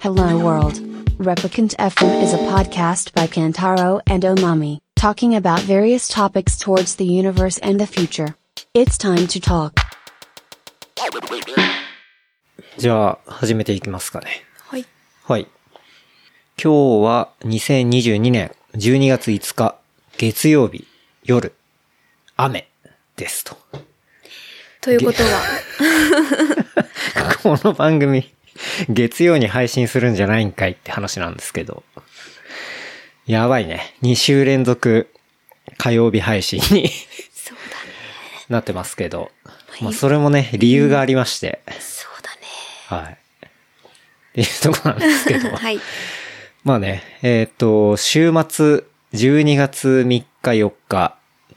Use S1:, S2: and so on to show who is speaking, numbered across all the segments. S1: Hello World. Replicant FM is a podcast by Kantaro and Omami, talking about various topics towards the universe and the future. It's time to talk.
S2: じゃあ、始めていきますかね。
S3: はい。
S2: はい。今日は2022年12月5日、月曜日、夜、雨ですと。
S3: ということは、
S2: この番組、月曜に配信するんじゃないんかいって話なんですけど。やばいね。2週連続、火曜日配信に
S3: そうだね。
S2: なってますけど。まあ、それもね、理由がありまして。
S3: そうだね。
S2: はい。っていうとこなんですけど。
S3: はい。
S2: まあね、えーっ、と、週末、12月3日4日、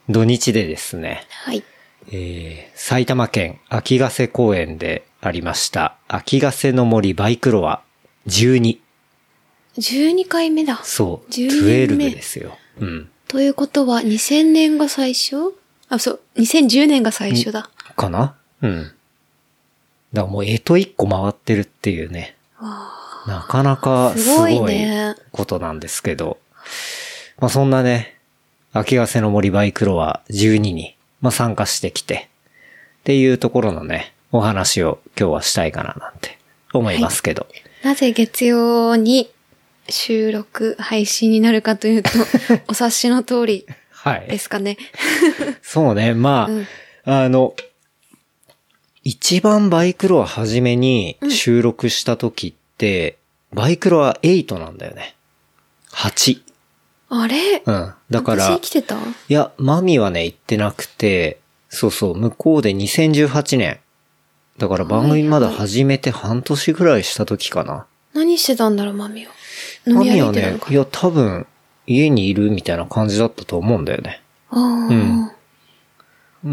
S2: 土日でですね、
S3: はい。
S2: えー埼玉県秋ヶ瀬公園でありました、秋ヶ瀬の森バイクロア12。
S3: 12回目だ。
S2: そう、
S3: 12
S2: 12
S3: 年目
S2: ですよ。うん。
S3: ということは、2000年が最初あ、そう、2010年が最初だ。
S2: かなうん。だからもうえと一個回ってるっていうね。なかなかす
S3: すご
S2: ご
S3: い
S2: い
S3: ね
S2: ことなんですけど。まあそんなね、秋ヶ瀬の森バイクロは12に、まあ、参加してきて、っていうところのね、お話を今日はしたいかななんて思いますけど。
S3: なぜ月曜に収録、配信になるかと いうと、お察しの通り
S2: はい。
S3: ですか ね。
S2: そうね、まあ、
S3: うん
S2: あの、一番バイクロア初めに収録した時って、バイクロア8なんだよね。8。
S3: あれ
S2: うん。だか
S3: 私
S2: ら
S3: 生、きてた
S2: いや、マミはね、行ってなくて、そうそう、向こうで2018年。だから番組まだ始めて半年ぐらいした時かな。
S3: 何してたんだろう、マミは。飲
S2: マ
S3: み
S2: ミは
S3: 歩いてた
S2: ね
S3: の、か
S2: いや、多分、家にいるみたいな感じだったと思うんだよね。
S3: ああ、
S2: うん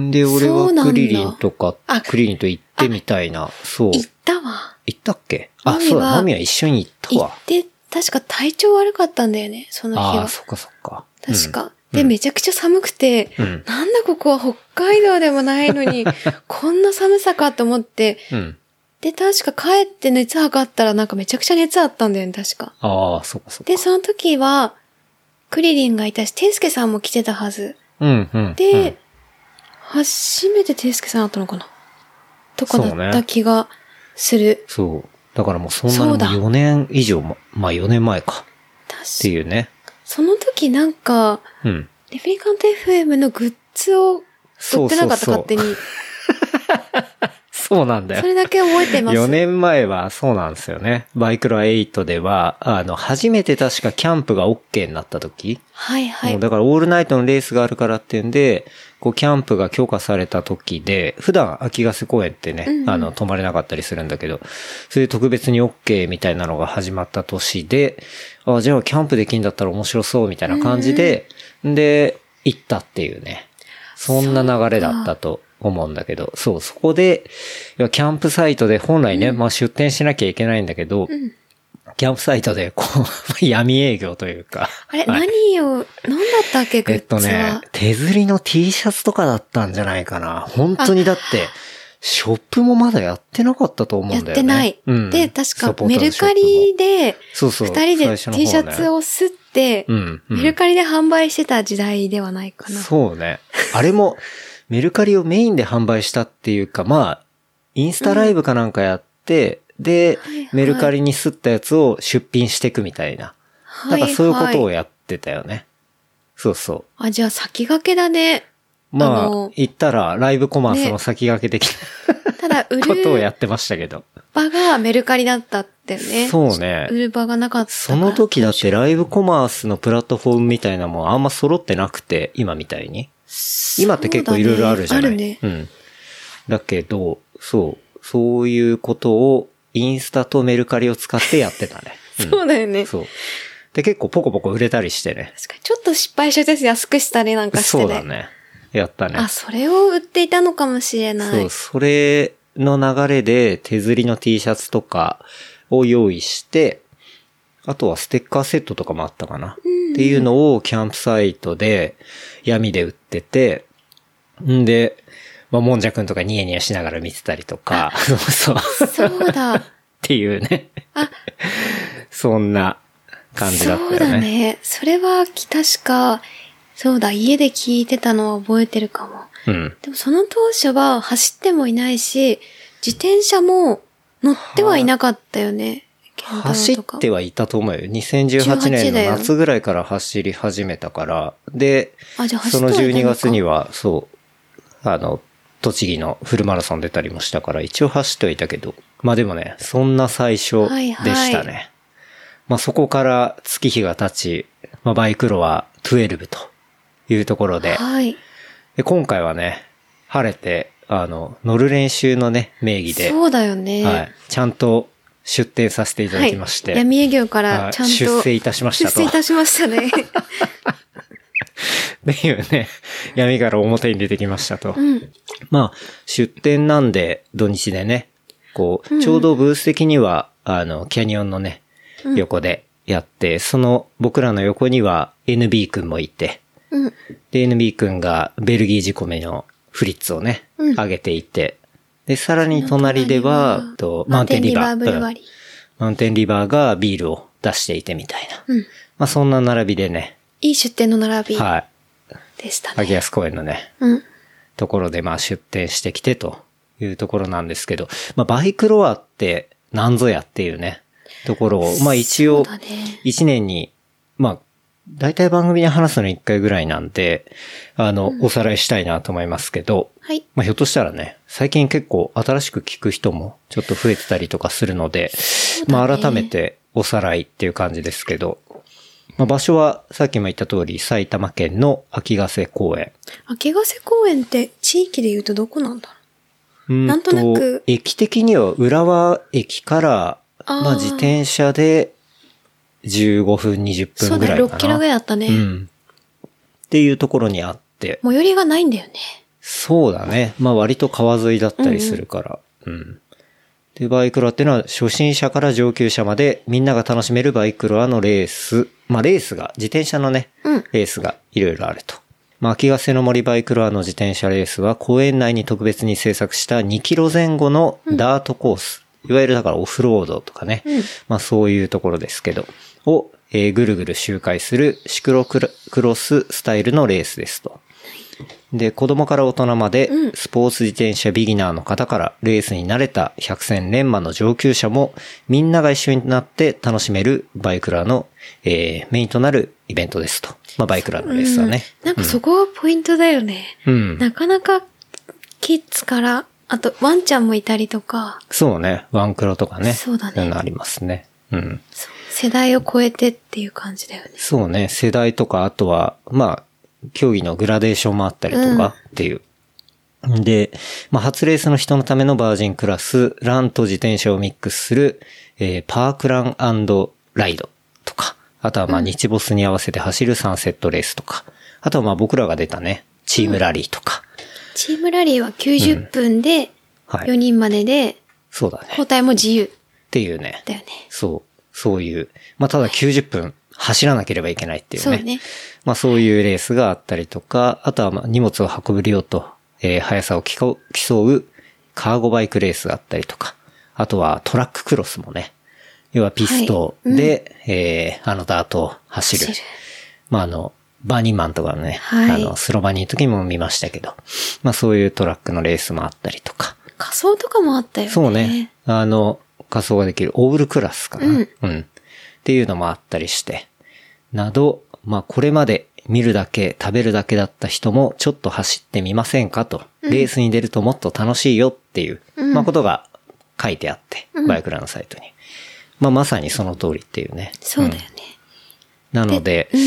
S2: んで、俺
S3: そう
S2: は
S3: なん
S2: ク
S3: だ
S2: リリンとか
S3: あ、
S2: クリリンと行ってみたいな。そう。
S3: 行ったわ。
S2: 行ったっけあ、
S3: マミは
S2: そうだ、マミは一緒に行った
S3: 行
S2: わ
S3: っ。て、確か体調悪かったんだよね、その日
S2: あ
S3: は
S2: あ、。そっかそっか。
S3: 確か。
S2: うん
S3: で、
S2: うん
S3: めちゃくちゃ寒くて、
S2: うん
S3: なんだここは北海道でもないの に、こんな寒さかと思って、
S2: うん。うん。
S3: で、確か帰って熱測ったらなんかめちゃくちゃ熱あったんだよね、確か。
S2: ああ、そっかそっか
S3: で、。その時は、クリリンがいたし、テイスケさんも来てたはず。
S2: うん、うん。
S3: で、
S2: うん、
S3: 初めてテイスケさんだったのかなとかだ
S2: そう
S3: っ
S2: ね
S3: た気がする。
S2: そう。だからもうそんな
S3: そうだ
S2: にもう4年以上も、まあ4年前か。っ
S3: 確
S2: て
S3: か
S2: いうね。
S3: その時なんか、
S2: うん。
S3: レプリカント FM のグッズを売ってなかった、
S2: そうそうそう
S3: 勝手に。
S2: そうなんだ
S3: そ
S2: よ。
S3: れだけ覚えてます。
S2: 4年前はそうなんですよね。バイクロ8では、あの、初めて確かキャンプが OK になった時
S3: はいは
S2: も。
S3: いう
S2: だからオールナイトのレースがあるからっていうんで、こうキャンプが許可された時で、普段秋ヶ瀬公園ってね、
S3: うんうん
S2: あの、泊まれなかったりするんだけど、そういう特別に OK みたいなのが始まった年で、あ、じゃあキャンプできんだったら面白そうみたいな感じで、で、行ったっていうね。そんな流れだったと思うんだけど、そう、そこで、いやキャンプサイトで本来ね、まあ出店しなきゃいけないんだけど、
S3: ん
S2: キャンプサイトで、こう、 闇営業というか。
S3: あれ、
S2: はい
S3: 何を、何だったっけ、グ
S2: えっと
S3: ッズは。
S2: ね、手刷りの T シャツとかだったんじゃないかな。本当にだって、ショップもまだやってなかったと思うんだよ
S3: やっ
S2: ね。
S3: てない。
S2: うん
S3: で、確
S2: サ
S3: か
S2: ポータ
S3: メ
S2: ーの
S3: ル
S2: ショッ
S3: カ
S2: プも
S3: リで、
S2: そうそう。
S3: 二人で
S2: 最初の方ね
S3: T シャツを吸って、
S2: うんうん
S3: メルカリで販売してた時代ではないかな。
S2: そうね。あれも、メルカリをメインで販売したっていうか、まあ、インスタライブかなんかやって、で、
S3: はいはい
S2: メルカリに吸ったやつを出品していくみたいな。
S3: は
S2: なんかそういうことを
S3: い
S2: やってたよね。そうそう。
S3: あ、じゃあ先駆けだね。
S2: ま
S3: あ
S2: あ
S3: の、
S2: 言ったら、ライブコマースの先駆け的
S3: ただ、売
S2: な ことをや
S3: る
S2: ってましたけど。
S3: 場がメルカリだったってね。
S2: そうね
S3: 売る場がなかったから。
S2: その時だってライブコマースのプラットフォームみたいなのもんあんま揃ってなくて、今みたいに。今って結構いろいろあるじゃない
S3: そうだねあ
S2: うん。だけど、そう、そういうことをインスタとメルカリを使ってやってたね。
S3: るね。 そうだよね。
S2: んそう。で、結構ポコポコ売れたりしてね。
S3: 確かに、ちょっと失敗したやつ安くしたりなんかしてね。
S2: そうだね。やったね
S3: あ、。それを売っていたのかもしれない。
S2: そう、それの流れで手刷りの T シャツとかを用意して、あとはステッカーセットとかもあったかな。っていうのをキャンプサイトで闇で売ってて、んで、まあ、もんじゃくんとかニヤニヤしな がら見てたりとか、そうそう、っ
S3: そうだ。
S2: ていうね。 そんな感じだったよ
S3: そ
S2: ね。
S3: うだね。それは、き確か、そうだ、家で聞いてたのは覚えてるかも。
S2: うん。
S3: でもその当初は走ってもいないし、自転車も乗ってはいなかったよね。
S2: 走って
S3: は
S2: はいたと思うよ。2018年の夏ぐらいから走り始めたから、で、
S3: あ、じゃあ
S2: そ
S3: 走って
S2: の
S3: はいな
S2: 12
S3: いか
S2: 月には、そう、あの、栃木のフルマラソン出たりもしたから、一応走ってはいたけど、まあでもね、そんな最初
S3: はい
S2: で
S3: はい
S2: したね。まあそこから月日が経ち、まあバイクロは12というところで、
S3: はい。
S2: で今回はね、晴れて、あの、乗る練習のね、名義で、
S3: そうだよね。
S2: はい、ちゃんと出店させていただきまして、
S3: はい闇営業か
S2: は
S3: ら
S2: い
S3: ちゃんと、
S2: 出世いたしましたと
S3: 出世いたしましたね。
S2: っていうね、闇から表に出てきましたと。
S3: うん。
S2: まあ、出店なんで、土日でね、こ
S3: うんう
S2: う、
S3: ん
S2: ちょうどブース的には、あの、キャニオンのね、
S3: うん
S2: 横でやって、その僕らの横には NB 君もいて、
S3: うん。
S2: で、NB 君がベルギー仕込みのフリッツをね、
S3: うん
S2: 上げていて、で、さらに隣で
S3: そ
S2: は
S3: の隣は、
S2: とマウンテンリバー、
S3: マウンテンリバーブルワリー
S2: うんマウンテンリバーがビールを出していてみたいな。
S3: うん。
S2: まあ、そんな並びでね、
S3: いい出店の並び
S2: はい、
S3: でしたね。
S2: アギアス公園のね、
S3: うん。
S2: ところでまあ出店してきてというところなんですけど、まあバイクロアって何ぞやっていうね、ところを、まあ一
S3: そう
S2: 応
S3: だね。
S2: 一年に、まあ大体番組で話すの一回ぐらいなんで、あの、おさらいしたいなと思いますけど、
S3: はい。
S2: まあひょっとしたらね、最近結構新しく聞く人もちょっと増えてたりとかするので、
S3: うだね
S2: まあ改めておさらいっていう感じですけど、まあ場所はさっきも言った通り埼玉県の秋ヶ瀬公園。
S3: 明ヶ瀬公園って地域で言うとどこなんだろ
S2: うん
S3: なんとなく
S2: 駅的には浦和駅から、
S3: あー
S2: まあ自転車で15分、
S3: う。
S2: 20
S3: そ
S2: 分
S3: う
S2: ぐ
S3: だ
S2: らい
S3: ね。
S2: かな。
S3: 6キロぐらいあったね。
S2: うん。っていうところにあって、
S3: 最寄りがないんだよね。
S2: そうだね。まあ割と川沿いだったりするから。うん、で、バイクロアっていうのは初心者から上級者までみんなが楽しめるバイクロアのレース。まあレースが、自転車のね、
S3: うん
S2: レースがいろいろあると。まあ、秋ヶ瀬の森バイクロアの自転車レースは公園内に特別に制作した2キロ前後のダートコース。いわゆるだからオフロードとかね。
S3: うん
S2: まあそういうところですけど。を、えーぐるぐる周回するシクロクロクロススタイルのレースですと。で、子供から大人まで
S3: うん、
S2: スポーツ自転車ビギナーの方から、レースに慣れた百戦錬磨の上級者も、みんなが一緒になって楽しめるバイクラーの、えーメインとなるイベントですと。まあ、バイクラーのレースだね。
S3: うんなんかそこがポイントだよね。
S2: うん。
S3: なかなか、キッズから、あと、ワンちゃんもいたりとか、
S2: そうね。ワンクロとかね。
S3: そうだね
S2: いのありますね。うん。
S3: そう世代を超えてっていう感じだよね。
S2: そうね。世代とか、あとは、まあ、競技のグラデーションもあったりとかっていう。で、まあ、初レースの人のためのバージンクラス、ランと自転車をミックスする、えーパークランライドとか、あとはまあ、日ボスに合わせて走るサンセットレースとか、あとはまあ、僕らが出たね、チームラリーとか。
S3: チームラリーは90分で、
S2: は
S3: 4
S2: い。
S3: 人までで、
S2: そうだね。っ
S3: 交代も自由
S2: ていうね。
S3: だよね。
S2: そう。そういう。まあ、ただ90分走らなければいけないっていう
S3: そうね。
S2: まあそういうレースがあったりとか、あとはまあ荷物を運ぶ量と、えー速さを競う競うカーゴバイクレースがあったりとか、あとはトラッククロスもね、要はピスト
S3: はいうん
S2: で、えーあのダートを走る。
S3: 走る
S2: まああの、バニーマンとかのね、
S3: はい
S2: あの、スロバニーの時も見ましたけど、まあそういうトラックのレースもあったりとか、
S3: 仮装とかもあったよね。
S2: そうね。。あの、仮装ができるオールクラスかな。
S3: うん
S2: っていうのもあったりして。など、まあこれまで見るだけ、食べるだけだった人もちょっと走ってみませんかと。レースに出るともっと楽しいよっていう、
S3: うん
S2: まあことが書いてあって、
S3: うん
S2: バイクラのサイトに。まあまさにその通りっていうね。
S3: そうだよね。
S2: なので、
S3: うん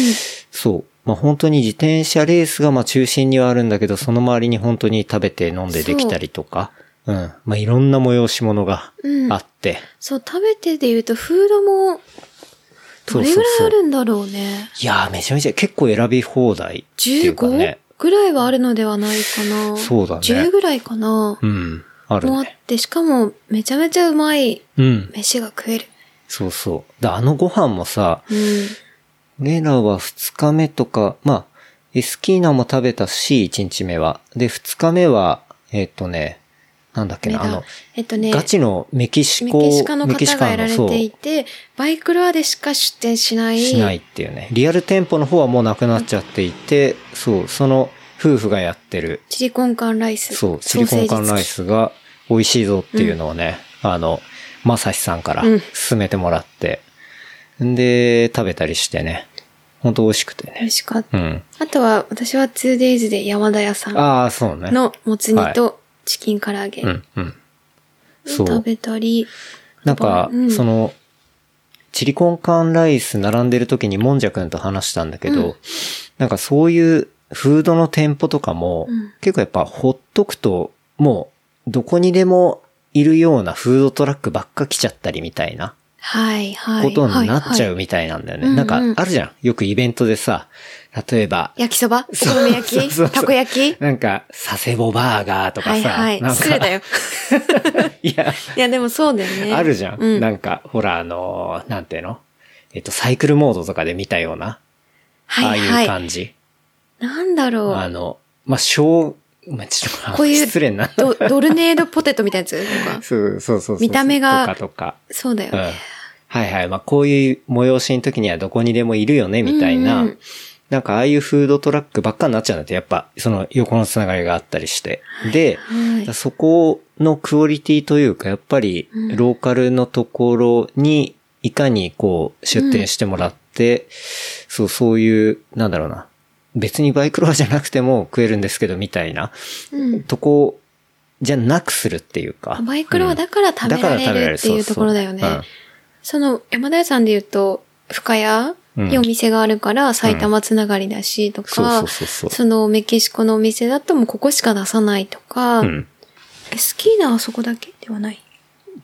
S2: そう。まあ本当に自転車レースがまあ中心にはあるんだけど、その周りに本当に食べて飲んでできたりとか、うん。まあいろんな催し物が
S3: うん
S2: あって、
S3: そう、食べてで言うと、フードも、
S2: そうそうそう
S3: どれぐらいあるんだろうね。
S2: いやーめちゃめちゃ結構選び放題っていうかね
S3: 15?。ぐらいはあるのではないかな。
S2: そうだね
S3: 10ぐらいかな。
S2: うん。ある
S3: もあっ
S2: ね。
S3: て、しかも、めちゃめちゃうまい
S2: うん。
S3: 飯が食える。
S2: そうそう。で、あのご飯もさ、
S3: うん。
S2: 俺らは2日目とか、まあ、エスキーナも食べたし、1日目は。で、2日目は、えっ、とね、なんだっけ
S3: 目
S2: な、あ
S3: が
S2: の、
S3: えっとね、
S2: ガチのメキシ
S3: メ
S2: コ、
S3: キシカの
S2: メキシ
S3: 方が
S2: カ
S3: やら
S2: の
S3: れ
S2: そう
S3: ていて、バイクロアでしか出店しない。
S2: しないっていうね。リアル店舗の方はもうなくなっちゃっていて、そう、その夫婦がやってる、
S3: チリコンカンライス。
S2: そう、シリコン缶ライ
S3: ソ
S2: スが美味しいぞっていうのをね、あの、まさしさんから
S3: うん
S2: 勧めてもらって、ん、で、食べたりしてね、ほんと美味しくて
S3: ーセージ付き美
S2: ね。
S3: 味しかった。
S2: うん。
S3: あとは、私は 2days で山田屋さん
S2: ああ、そうね。
S3: のもつ煮とチキン唐揚げ
S2: う
S3: を
S2: ん、うん。そう。
S3: 食べたり、
S2: なんか、
S3: うん
S2: その、チリコン缶ライス並んでる時にもんじゃくんと話したんだけど、
S3: うん
S2: なんかそういうフードの店舗とかも、
S3: うん
S2: 結構やっぱほっとくと、もうどこにでもいるようなフードトラックばっか来ちゃったりみたいな
S3: はい、はい。
S2: ことになっちゃう
S3: はいはい
S2: みたいなんだよね。
S3: はいはいうんうん
S2: なんかあるじゃん。よくイベントでさ、例えば、
S3: 焼きそばお好み焼
S2: そうそうそう
S3: きたこ焼き
S2: なんか佐世保バーガーとか
S3: はい
S2: さ、
S3: はい。
S2: なんか
S3: 失礼だよ。
S2: いや、
S3: いや、でもそうだよね。
S2: あるじゃん。
S3: うん。
S2: なんか、ほら、あのーなんていうのえっと、サイクルモードとかで見たような、
S3: はい
S2: ああ。
S3: はいいう
S2: 感じ。
S3: なんだろ
S2: あ
S3: う。
S2: の、まあ、小、まあ、ちょっとあの
S3: こういう
S2: 失礼になった。
S3: ドドルネードポテトみたいなやつとか。
S2: そうそうそうそう。
S3: 見た目が
S2: とかとか。
S3: そうだよ
S2: うん
S3: ね。。
S2: はいはい。まあ、こういう催しの時にはどこにでもいるよね、みたいな。
S3: うんうん
S2: なんか、ああいうフードトラックばっかになっちゃうんだって、やっぱ、その横のつながりがあったりして。で、
S3: はい。
S2: そこのクオリティというか、やっぱり
S3: うん、
S2: ローカルのところに、いかにこう、出店してもらって、そう、そういう、なんだろうな。別にバイクロアじゃなくても食えるんですけど、みたいな、
S3: うん
S2: とこ、じゃなくするっていうか。
S3: バイクロアだから食べられるっていうところだよね。その、山田屋さんで言うと、深谷
S2: うん
S3: にお店があるから、埼玉つながりだしと
S2: そう
S3: か、
S2: そうそうそう
S3: そのメキシコのお店だともうここしか出さないとか、
S2: う
S3: え
S2: ん。
S3: スキーナはそこだけではない。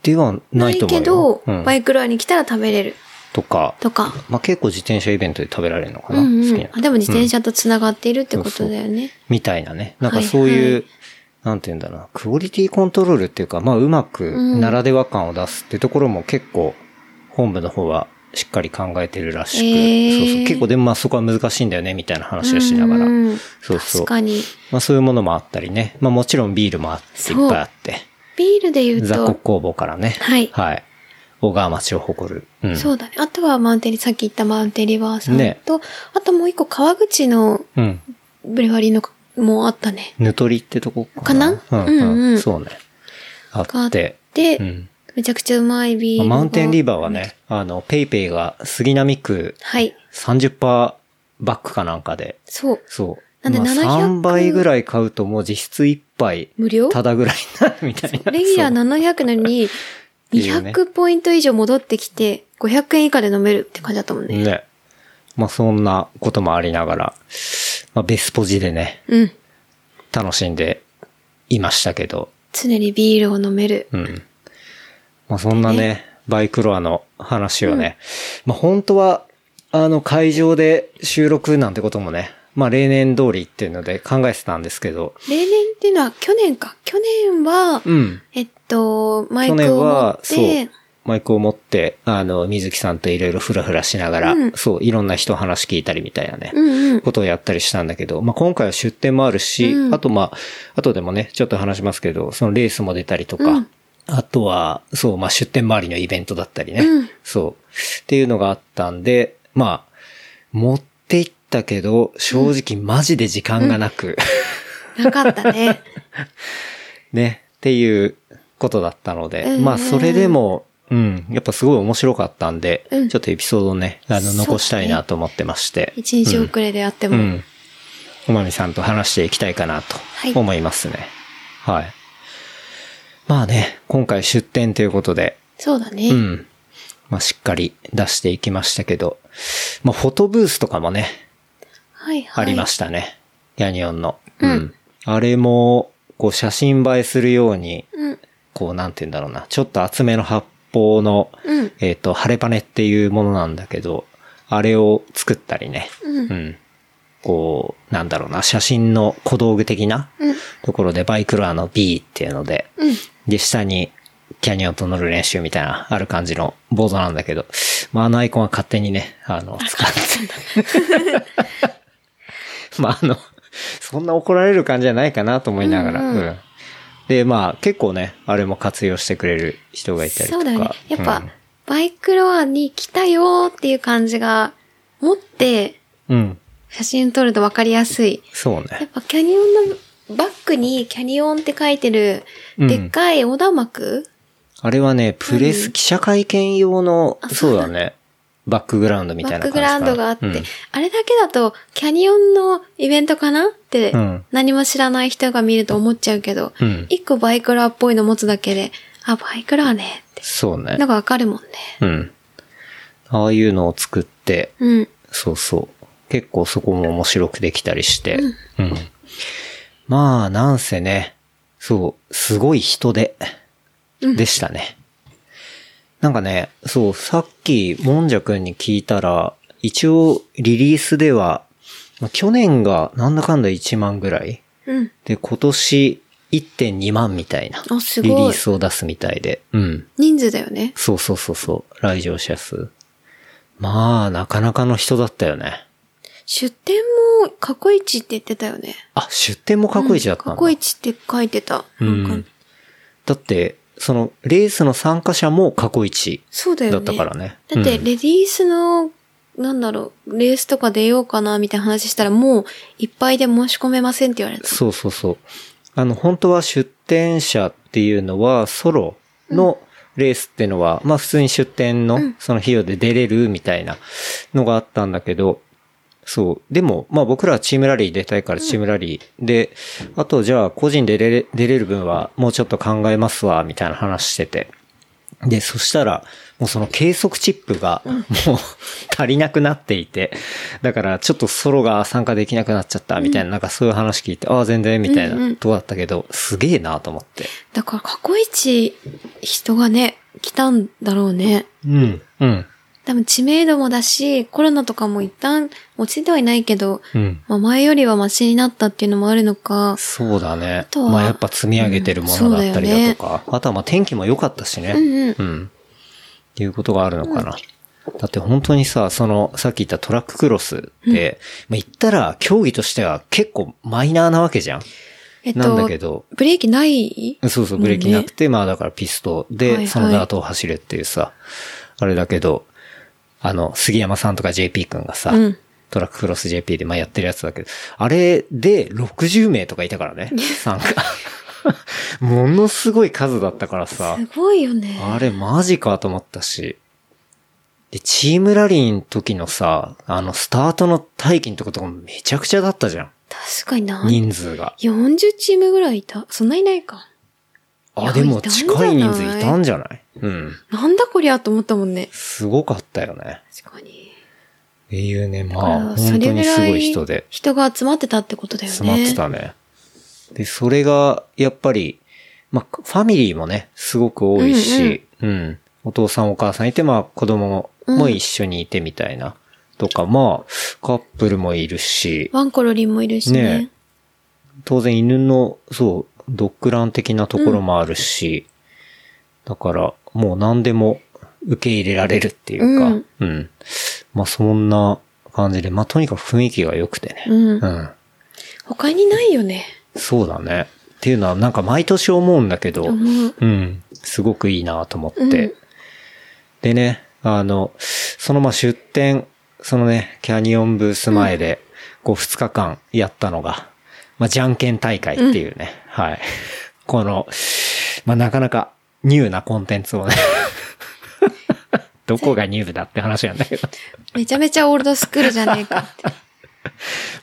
S2: ではないと思うよ。
S3: けど、
S2: うん
S3: バイクロアに来たら食べれる
S2: とか、
S3: とか。
S2: まあ、結構自転車イベントで食べられるのか
S3: う
S2: な。
S3: んう
S2: 好き
S3: ん
S2: な。。
S3: あでも自転車とつながっているってことだよね。
S2: みたいなね。なんかそういう、
S3: はいはい
S2: なんて言うんだろうな、クオリティコントロールっていうか、まあうまく
S3: ん
S2: ならでは感を出すってところも結構、本部の方はしっかり考えてるらしく、
S3: へー
S2: そうそう結構でもまあそこは難しいんだよね、みたいな話をしながら。
S3: うんうん
S2: そうそう
S3: 確かに。
S2: まあそういうものもあったりね。まあもちろんビールもあって、い
S3: そう
S2: っぱいあって。
S3: ビールで言う
S2: 雑穀
S3: と、
S2: 工房からね。
S3: はい
S2: はい。小川町を誇る。うん。
S3: そうだね。あとはマウンテリ、さっき言ったマウンテリバーさんと、
S2: ね
S3: あともう一個川口の
S2: うん。
S3: ブレワリーのもあったね。
S2: ぬとりってとこか
S3: か
S2: な。
S3: なうんうん
S2: そうね。あ
S3: があ
S2: っ
S3: ってて。、
S2: うん
S3: めちゃくちゃうまいビー
S2: まあ
S3: ルが。
S2: マウンテンリーバーはね、あの、ペイペイが杉並区
S3: はい。
S2: 30%バックかなんかで、
S3: そう。
S2: そう。
S3: なんで
S2: まあ
S3: 700
S2: 3倍ぐらい買うともう実質1杯、
S3: 無料
S2: ただぐらいになるみたいな。
S3: レギュラー
S2: そう
S3: 700なのに、
S2: いいよね
S3: 200ポイント以上戻ってきて、500円以下で飲めるって感じだったもんね。
S2: ね。まあそんなこともありながら、まあベスポジでね、
S3: うん。
S2: 楽しんでいましたけど、
S3: 常にビールを飲める。
S2: うん。まあそんなね、バイクロアの話をね、まあ本当は、あの会場で収録なんてこともね、まあ例年通りっていうので考えてたんですけど、
S3: 例年っていうのは、去年か。去年は、
S2: うん。
S3: えっと、マイ
S2: 去
S3: ク
S2: 年
S3: を持
S2: は
S3: っ、
S2: そう
S3: て、、
S2: マイクを持って、あの、水木さんといろいろフラフラしながら、
S3: うん
S2: そう、いろんな人話聞いたりみたいなね、
S3: うんうん。
S2: ことをやったりしたんだけど、まあ、今回は出店もあるし、
S3: うん
S2: あとまあ、あとでもね、ちょっと話しますけど、そのレースも出たりとか、
S3: うん
S2: あとは、そう、まあ、出店周りのイベントだったりね、
S3: うん
S2: そう、っていうのがあったんで、まあ、持っていったけど、正直マジで時間がなく、
S3: なかったね。
S2: ね、っていうことだったので、
S3: うん
S2: まあそれでも、うん、やっぱすごい面白かったんで、
S3: うん
S2: ちょっとエピソードをね、あの、
S3: そうだね
S2: 残したいなと思ってまして、
S3: 一日遅れであって
S2: う
S3: も。
S2: ん、おまみさんと話していきたいかな
S3: はい
S2: と思いますね。はい。まあね、今回出店ということで、
S3: そうだね。
S2: うん、まあしっかり出していきましたけど、まあフォトブースとかもね、
S3: はいは
S2: あ
S3: い。
S2: りま
S3: し
S2: したね。ヤニオンの。
S3: うん
S2: あれも、こう写真映えするように、
S3: た。うん。
S2: こう、なんて言うんだろうな、ちょっと厚めの発泡の、
S3: うん。
S2: えっ、と、晴れパネっていうものなんだけど、あれを作ったりね、
S3: う。
S2: うんん。こう、なんだろうな、写真の小道具的な
S3: うん。
S2: ところで、バイクロアの B っていうので、
S3: うん。
S2: で、下に、キャニオンと乗る練習みたいな、ある感じのボードなんだけど、まあ、あのアイコンは勝手にね、あの、使って。まあ、あの、そんな怒られる感じじゃないかなと思いながら、
S3: う
S2: うんん、
S3: うん
S2: で、まあ結構ね、あれも活用してくれる人がいたりとか。
S3: そうだよね。やっぱ、
S2: うん
S3: バイクロアに来たよーっていう感じが、持って
S2: うん。
S3: 写真撮ると分かりやすい。
S2: そう
S3: やっ
S2: ね。
S3: ぱキャニオンのバッグにキャニオンって書いてる、
S2: うん
S3: でっかい横断幕、
S2: あれはね、プレス、記者会見用の、そうだね。バックグラウンドみ
S3: バ
S2: たい
S3: ッ
S2: な感
S3: ク
S2: じかな
S3: グラウンドがあって、
S2: うん
S3: あれだけだと、キャニオンのイベントかなって
S2: うん、
S3: 何も知らない人が見ると思っちゃうけど
S2: うん、
S3: 一、個バイクロアっぽいの持つだけで、あ、バイクロアねって、
S2: そうね
S3: の。がわかるもんね。
S2: うん。ああいうのを作って、
S3: うん。
S2: そうそう。結構そこも面白くできたりして。うん。まあ、なんせね、そう、すごい人で、でしたね。なんかね、そう、さっき、もんじゃくんに聞いたら、一応、リリースでは、まあ去年がなんだかんだ1万ぐらい
S3: うん。
S2: で、今年1.2万みたいな、
S3: あす
S2: リ
S3: ご
S2: リ
S3: い
S2: ースを出すみたいで。うん。
S3: 人数だよね。
S2: そうそうそうそう。来場者数。まあ、なかなかの人だったよね。
S3: 出店も過去一って言ってたよね。
S2: あ、出店も過去一だったんだ。
S3: 過去一って書いてた。
S2: うん
S3: なんか
S2: だって、その、レースの参加者も過去一
S3: そうだよ
S2: だ
S3: ね。
S2: ったからね。
S3: だって、
S2: う
S3: レ
S2: ん
S3: ディースの、なんだろう、レースとか出ようかな、みたいな話したら、もう、いっぱいで申し込めませんって言われた。
S2: そうそうそう。あの、本当は出店者っていうのは、ソロのレースっていうのは、まあ普通に出店の、その費用で出れるみたいなのがあったんだけど、そう。でも、まあ僕らはチームラリー出たいからチームラリーで、あとじゃあ個人で出れ出れる分はもうちょっと考えますわ、みたいな話してて。で、そしたら、もうその計測チップが、もう足りなくなっていて、だからちょっとソロが参加できなくなっちゃったみたいな、なんかそういう話聞いて、ああ、全然みたい
S3: うんう
S2: なんとこだったけど、すげえなと思って。
S3: だから、過去一、人がね、来たんだろうね。
S2: うん。うん。
S3: 多分、知名度もだし、コロナとかも一旦落ちてはいないけど、
S2: うん。
S3: まあ、前よりはマシになったっていうのもあるのか、
S2: そうだね。
S3: とは
S2: まあやっぱ積み上げてるものだったりだとか、あとはまあ天気も良かったしね。
S3: うんうん
S2: うん。っていうことがあるのかな。だって本当にさ、その、さっき言ったトラッククロスって、まあ言ったら競技としては結構マイナーなわけじゃん。
S3: えっ
S2: なん
S3: と
S2: だけ、ど、
S3: ブレーキない
S2: そうそう、ブレーキなくて、まあだからピスト
S3: はいは
S2: で、
S3: い
S2: そのダートを走るっていうさ、あれだけど、あの、杉山さんとか JP 君がさ、
S3: うん
S2: トラッククロス JP でまあやってるやつだけど、あれで60名とかいたからね、参加。 ものすごい数だったからさ、
S3: すごいよね。
S2: あれマジかと思ったし、で、チームラリーの時のさ、あの、スタートの待機のとことかもめちゃくちゃだったじゃん、
S3: 確かにな。
S2: 人数が。
S3: 40チームぐらいいた。そんないないか。い
S2: あ、
S3: や
S2: でも
S3: いたんじゃ
S2: 近い人数
S3: ない
S2: いたんじゃないうん。
S3: なんだこりゃと思ったもんね。
S2: すごかったよね。
S3: 確かに。
S2: っていうね、ま
S3: だから
S2: あ、本当にすごい人
S3: それぐら
S2: で
S3: 人が集まってたってことだよね。
S2: 詰まってたね。で、それが、やっぱり、まあ、ファミリーもね、すごく多いし、うん、お父さんお母さんいて、まあ、子供も一緒にいてみたいな。とか、まあ、カップルもいるし、
S3: ワンコロリンもいるしね。
S2: ね当然犬の、そう、ドッグラン的なところもあるし、だから、もう何でも受け入れられるっていうか、う
S3: うんん、
S2: まあそんな感じで、まあとにかく雰囲気が良くてね。
S3: うん
S2: うん。
S3: 他にないよね。
S2: そうだね。っていうのはなんか毎年思うんだけど、
S3: 思う。
S2: うん。すごくいいなと思って。
S3: うん
S2: でね、あの、そのまあ出店、そのね、キャニオンブース前で、こう2日間やったのが、まあじゃんけん大会っていうね、はい。この、まあなかなかニューなコンテンツ をね、どこがニューだって話なんだ けど。
S3: めちゃめちゃオールドスクールじゃねえかって。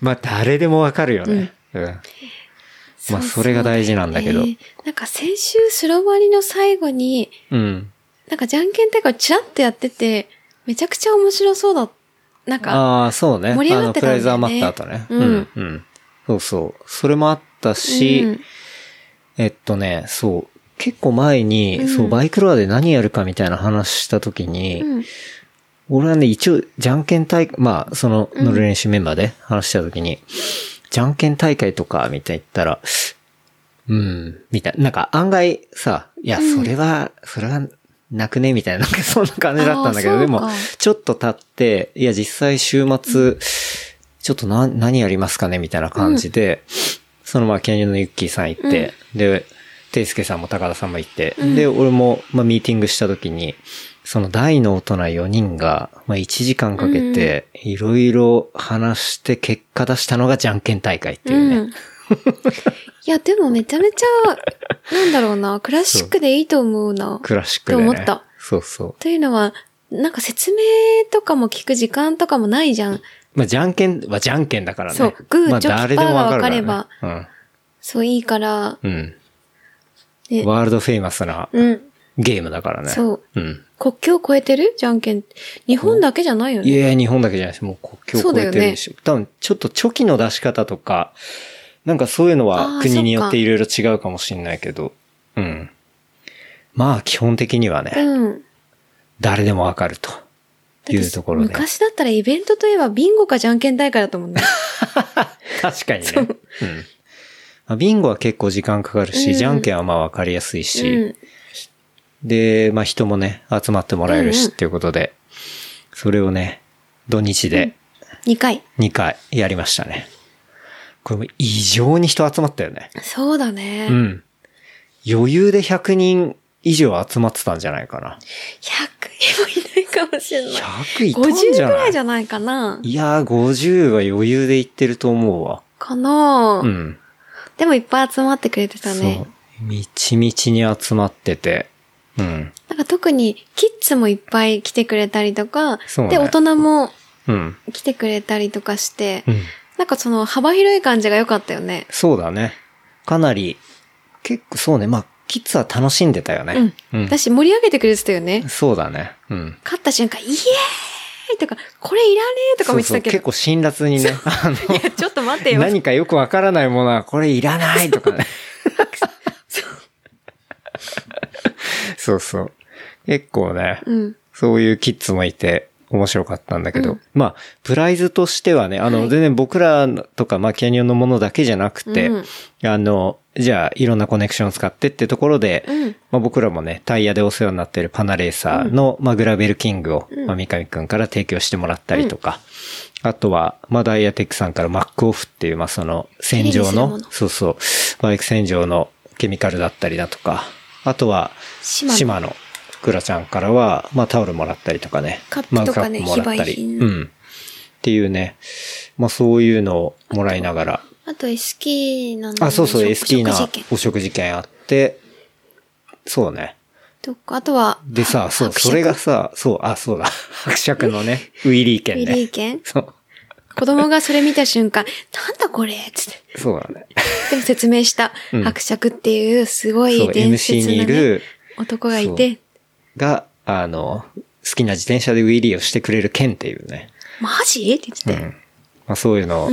S2: まあ誰でもわかるよね。うん。 まあそれが大事なんだけど
S3: えーなんか先週スロバリの最後に、
S2: うん。
S3: なんかじゃんけん大会をチラッとやってて、めちゃくちゃ面白そうだ。なんか、
S2: ああー、そうね。
S3: 盛り上がってたんだよね
S2: あのプライズ余った後ね。
S3: うん
S2: うん。うん。そうそう。それもあったし、
S3: うん
S2: えっとね、そう。結構前に、
S3: うん
S2: そう、バイクロアで何やるかみたいな話した時に、
S3: うん。
S2: 俺はね、一応、じゃんけん大会、まあ、その、乗る練習メンバーで話した時に、じゃんけん大会とか、みたいな言ったら、うん、みたいな。なんか案外さ、いや、それは、それは、なくねみたいな、なんかそんな感じだったんだけ
S3: あ
S2: ど、
S3: ー
S2: で
S3: そうか
S2: も、ちょっと経って、いや、実際週末、ちょっとな、何やりますかねみたいな感じで、そのまあ、キャニオンのユッキーさん行って、で、てすけさんも高田さんも行って、で、俺も、まあ、ミーティングした時に、その大の大人4人が、まあ、1時間かけて、いろいろ話して結果出したのがじゃんけん大会っていうね。
S3: うん。いや、でもめちゃめちゃ、なんだろうな、クラシックでいいと思うな。
S2: クラシックで、ね。
S3: って思った
S2: そうそう。
S3: というのは、なんか説明とかも聞く時間とかもないじゃん。
S2: まあ、じゃんけんはじゃんけんだからね。
S3: そうグー
S2: まあ、
S3: チョキ
S2: 誰でもわかるから、ね。
S3: パそういいから、
S2: うん。う
S3: ね
S2: ん。ワールドフェイマスな
S3: うん。
S2: ゲームだからね。
S3: そう。
S2: うん。
S3: 国境を越えてるじゃんけん。日本だけじゃないよ
S2: い
S3: ね。
S2: やいや、日本だけじゃないです。もう国境を越えてるでしょ。多分、ちょっとチョキの出し方とか、なんかそういうの
S3: あ
S2: は
S3: ー
S2: 国によ
S3: そ
S2: っ
S3: っか
S2: ていろいろ違うかもしれないけど、うん。まあ、基本的にはね、
S3: うん。
S2: 誰でもわかると
S3: だ
S2: い
S3: って
S2: うところで。
S3: 昔だったらイベントといえばビンゴかじゃんけん大会だと思うんだ。
S2: 確かにね。うん。まあビンゴは結構時間かかるし、
S3: うん
S2: じゃんけんはまあわかりやすいし、
S3: うん。
S2: で、まあ人もね、集まってもらえる
S3: うん
S2: し
S3: うん
S2: っていうことで、それをね、土日で
S3: 2回。
S2: 2回やりましたね。これも異常に人集まったよね。
S3: そうだ
S2: う
S3: ね。
S2: ん。余裕で100人以上集まってたんじゃないかな。
S3: 100人もいないかもしれない。
S2: 100いたん
S3: 50
S2: じ
S3: く
S2: ゃな
S3: ら
S2: い
S3: いじゃないかな。
S2: いやー、50は余裕でいってると思うわ。
S3: かな、
S2: うん。
S3: でもいっぱい集まってくれてた
S2: そう
S3: ね。。
S2: みちみちに集まってて。うん。
S3: なんか特にキッズもいっぱい来てくれたりとか、
S2: そうね
S3: で、大人も
S2: うん。
S3: 来てくれたりとかして、
S2: うん。
S3: なんかその幅広い感じが良かったよね。
S2: そうだね。かなり、結構そうね。まあ、キッズは楽しんでたよね。
S3: うん。私盛り上げてくれてたよね。
S2: そうだね。うん。
S3: 勝った瞬間、イエーイとか、これいらねえとかも言ってた
S2: そうそ
S3: けど。
S2: う結構辛辣にね、あの、
S3: いや、ちょっと待ってよ。
S2: 何かよくわからないものはこれいらないとか ね。そうそう。結構ね、
S3: うん。
S2: そういうキッズもいて面白かったんだけど、
S3: うん
S2: まあ、プライズとしてはね、あの、
S3: はい
S2: 全然僕らとか、まあ、キャニオンのものだけじゃなくて、
S3: うん
S2: あの、じゃあ、いろんなコネクションを使ってってところで、
S3: うん
S2: まあ、僕らもね、タイヤでお世話になってるパナレーサーの、まあ、グラベルキングを、
S3: うん
S2: まあ、三上くんから提供してもらったりとか、あとは、まあ、ダイヤテックさんからマックオフっていう、まあ、その、洗浄
S3: 手入れするも
S2: の
S3: の、
S2: そうそう、バイク洗浄のケミカルだったりだとか、あとは、
S3: 島野
S2: 島野くらちゃんからは、まあタオルもらったりとかね。
S3: カップとかね
S2: マグカップもらった
S3: 非売
S2: り。
S3: 品
S2: うん。っていうね。まあそういうのをもらいながら。
S3: あと、エスキーなの。
S2: あ、そうそう、
S3: 食
S2: ST な
S3: 食事券
S2: お食事券あって、そうね。
S3: とか、あとは、
S2: でさ、そう、
S3: 伯爵
S2: それがさ、そう、あ、そうだ。 伯爵のね、ウィリー券
S3: ウィ
S2: ね。
S3: リー券
S2: そう。
S3: 子供がそれ見た瞬間、なんだこれつって。
S2: そうだね。
S3: でも説明した、
S2: うん
S3: 伯爵っていうすご
S2: そ、
S3: いう伝
S2: MC
S3: 説
S2: に
S3: ないね
S2: る、
S3: 男がいて、
S2: が、あの、好きな自転車でウィリーをしてくれる券っていうね。
S3: マジって言って
S2: う
S3: て。
S2: んまあ、そういうのを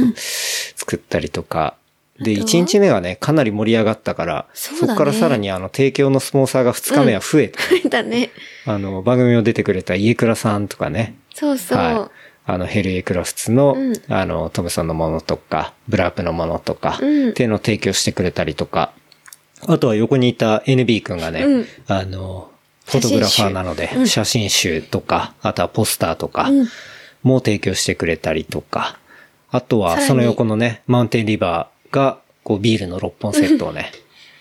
S2: 作ったりとか。で、
S3: あとは
S2: 1日目がね、かなり盛り上がったから、
S3: そ
S2: そう
S3: だね
S2: こからさらにあの、提供のスポンサーが2日目は増えて、
S3: 書いたね。
S2: あの、番組を出てくれた家倉さんとかね、
S3: そうそう。
S2: はい。あの、ヘルエクラフツの、
S3: うん
S2: あの、トムソンのものとか、ブラープのものとか、
S3: うん
S2: っていうのを提供してくれたりとか、あとは横にいた NB 君がね、
S3: うん
S2: あの、フォトグラファーなので、写真,、集とか、あとはポスターとか
S3: うん、
S2: も提供してくれたりとか、あと
S3: さ
S2: は
S3: らに
S2: その横のね、マウンテンリバーが、こうビールの6本セットをね、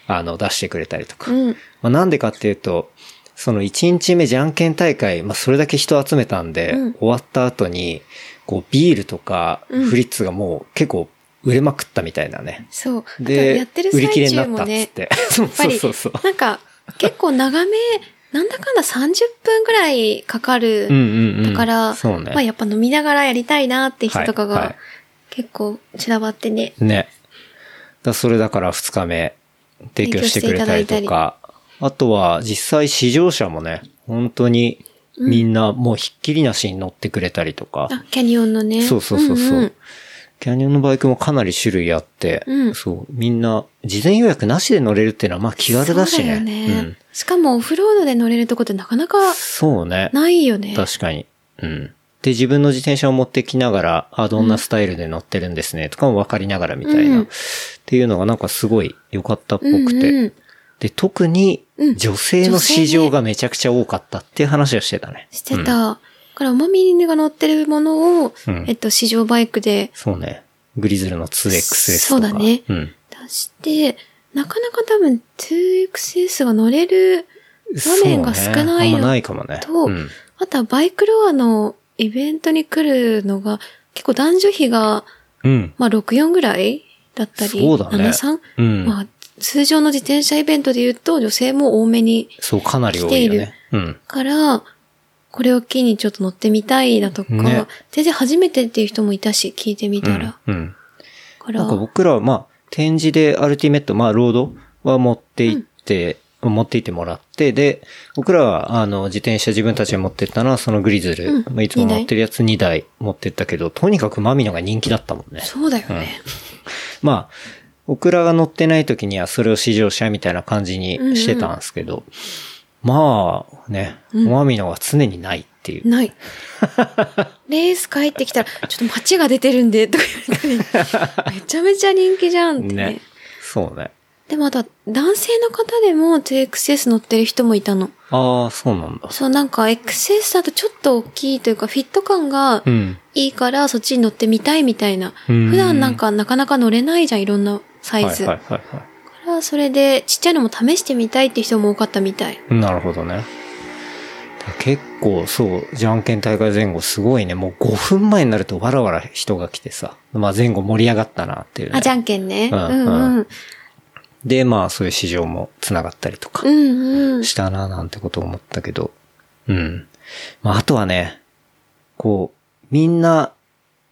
S2: あの、出してくれたりとか、
S3: うん。
S2: まあ、なんでかっていうと、その1日目じゃんけん大会、まあ、それだけ人集めたんで、
S3: うん
S2: 終わった後に、こう、ビールとか、
S3: うん
S2: フリッツがもう結構売れまくったみたいなね。
S3: そう。あと
S2: で
S3: やってる、
S2: 売り
S3: 最
S2: 切れにな
S3: 中
S2: った
S3: も
S2: っつっ
S3: ね、
S2: て。そう
S3: やっぱ
S2: そう
S3: り
S2: そうそう。
S3: なんか、結構長め、なんだかんだ30分ぐらいかかる。
S2: うんうんうん。
S3: だから、
S2: そうね。
S3: まあやっぱ飲みながらやりたいなって人とか
S2: はいは
S3: が
S2: い、
S3: 結構散らばってね。
S2: ね。だそれだから2日目、提供してくれたりと
S3: 提供していた
S2: か、あとは実際試乗車もね、本当にみんなもうひっきりなしに乗ってくれたりとか。
S3: あ、キャニオンのね。
S2: そうそうそうそう。
S3: んん
S2: キャニオンのバイクもかなり種類あって、
S3: うん
S2: そう、みんな、事前予約なしで乗れるっていうのはまあ気軽だしね。
S3: そうだよ
S2: う
S3: ね
S2: ん。。
S3: しかもオフロードで乗れるとこってなかなか
S2: そうね。
S3: ないよね。
S2: 確かに。うん。で、自分の自転車を持ってきながら、あ、どんなスタイルで乗ってるんですね、とかも分かりながらみたいな、
S3: うん
S2: っていうのがなんかすごい良かったっぽ
S3: うん
S2: くて。
S3: うん。
S2: で、特に
S3: うん、
S2: 女性の市場がめちゃくちゃ多かったっていう話をしてたね。
S3: してた。
S2: うん
S3: だから、マミリが乗ってるものを、
S2: うん
S3: えっと、試乗バイクで
S2: そうね。グリズルの 2XS とか。
S3: そうだね
S2: うん。
S3: 出して、なかなか多分 2XS が乗れる、画面が少ない
S2: そうね
S3: の
S2: あんまないかもね。
S3: と
S2: うん
S3: あとはバイクロアのイベントに来るのが、結構男女比が、
S2: うん。
S3: まあ64ぐらいだったり、
S2: そうだね
S3: 73、
S2: うん。
S3: まあ通常の自転車イベントで言うと女性も多めに
S2: そう、かなり多いよね。うん。
S3: から、これを機にちょっと乗ってみたいだとか、
S2: ね
S3: 全然初めてっていう人もいたし、聞いてみたら。
S2: うん。うん
S3: から
S2: なんか僕らはまあ、展示でアルティメット、まあ、ロードは持って行って、持って行ってもらって、で、僕らは、あの、自転車自分たちで持ってったのは、そのグリズル、
S3: うん
S2: まあいつも持ってるやつ2台持ってったけど、とにかくマミノが人気だったもんね。
S3: そうだよね。
S2: まあ、オクラが乗ってない時にはそれを試乗車みたいな感じにしてたんですけど、まあね、マミノは常にないっていう。
S3: ない。レース帰ってきたら、ちょっと街が出てるんで、とか言わ れたり。めちゃめちゃ人気じゃんってね。
S2: ね。そうね。
S3: でもあとは男性の方でも 2XS 乗ってる人もいたの。
S2: ああ、そうなんだ。
S3: そうなんか XS だとちょっと大きいというかフィット感が
S2: うん。
S3: いいからそっちに乗ってみたいみたいな。
S2: うん
S3: 普段なんかなかなか乗れないじゃん、いろんなサイズ。
S2: はいはいはいは
S3: からそれでちっちゃいのも試してみたいって人も多かったみたい。
S2: い。なるほどね。結構そう、じゃんけん大会前後すごいね、もう5分前になるとわらわら人が来てさ、まあ前後盛り上がったなっていう、ね。
S3: あ、じゃんけんね。
S2: う
S3: うんんうん。
S2: で、まあそういう市場も繋がったりとか。
S3: うんうん。
S2: したななんてことを思ったけど。うん。まあ、あとはね、こう、みんな、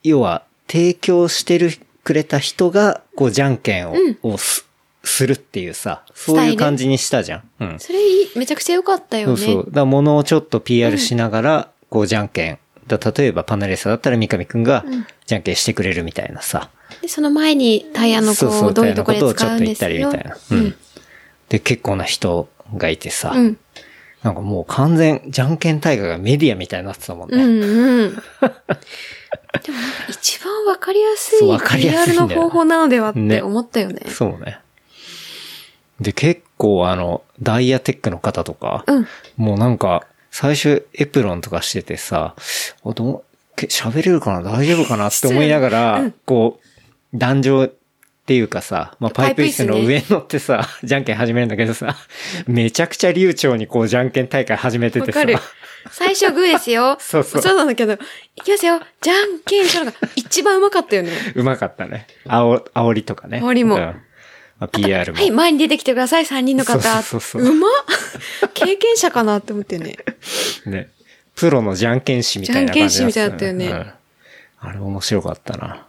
S2: 要は、提供してる、くれた人が、こう、じゃんけんを、をす、するっていうさ、そう
S3: スタ
S2: い
S3: イ
S2: う
S3: ル
S2: 感じにしたじゃん。うん。
S3: それいいめちゃくちゃ良かったよ
S2: そう
S3: ね。
S2: そう。だから物をちょっと PR しながら、こう、じゃんけん。だ例えば、パネレサだったら三上くんが、じゃんけんしてくれるみたいなさ。
S3: で、その前にタイヤのこ
S2: そうそうう、
S3: どうい
S2: み
S3: う
S2: た
S3: と
S2: いな
S3: こ
S2: こ
S3: ろ
S2: とをちょっ
S3: で使
S2: と
S3: うん
S2: 言
S3: で
S2: っ
S3: す
S2: たり
S3: よ
S2: みたいな。うん。で、結構な人がいてさ、
S3: うん。
S2: なんかもう完全、じゃんけん大会がメディアみたいになってたもんね。
S3: うんうん。でもなんか一番わかりやす
S2: そう
S3: い
S2: わかりやすいん
S3: PR
S2: だよ
S3: の方法なのではっ
S2: ね
S3: て思ったよね。
S2: そうね。で、結構あの、ダイヤテックの方とか、
S3: うん。
S2: もうなんか、最初エプロンとかしててさ、おどうけ喋れるかな大丈夫かなって思いなが ら、こう、壇上っていうかさ、まあ、パイプ椅子の
S3: パイプ椅子ね
S2: 上に乗ってさ、 じゃんけん始めるんだけどさ、めちゃくちゃ流暢にこう、じゃんけん大会始めて
S3: わ
S2: てさ、
S3: かる。最初グーですよ。
S2: そうそう
S3: そうなんだけど、いきますよ。じゃんけんしたのが一番うまかったよね。
S2: うまかったね。あお、煽りとかね。
S3: 煽りも
S2: うんまあ、PR も。
S3: はい、前に出てきてください、3人の方。
S2: そうそうそうそう
S3: うまっ経験者かなって思ってね。
S2: ね。プロのじゃんけん師みたいな感じ
S3: じゃんけん師みたいだったよね
S2: うんあれ面白かったな。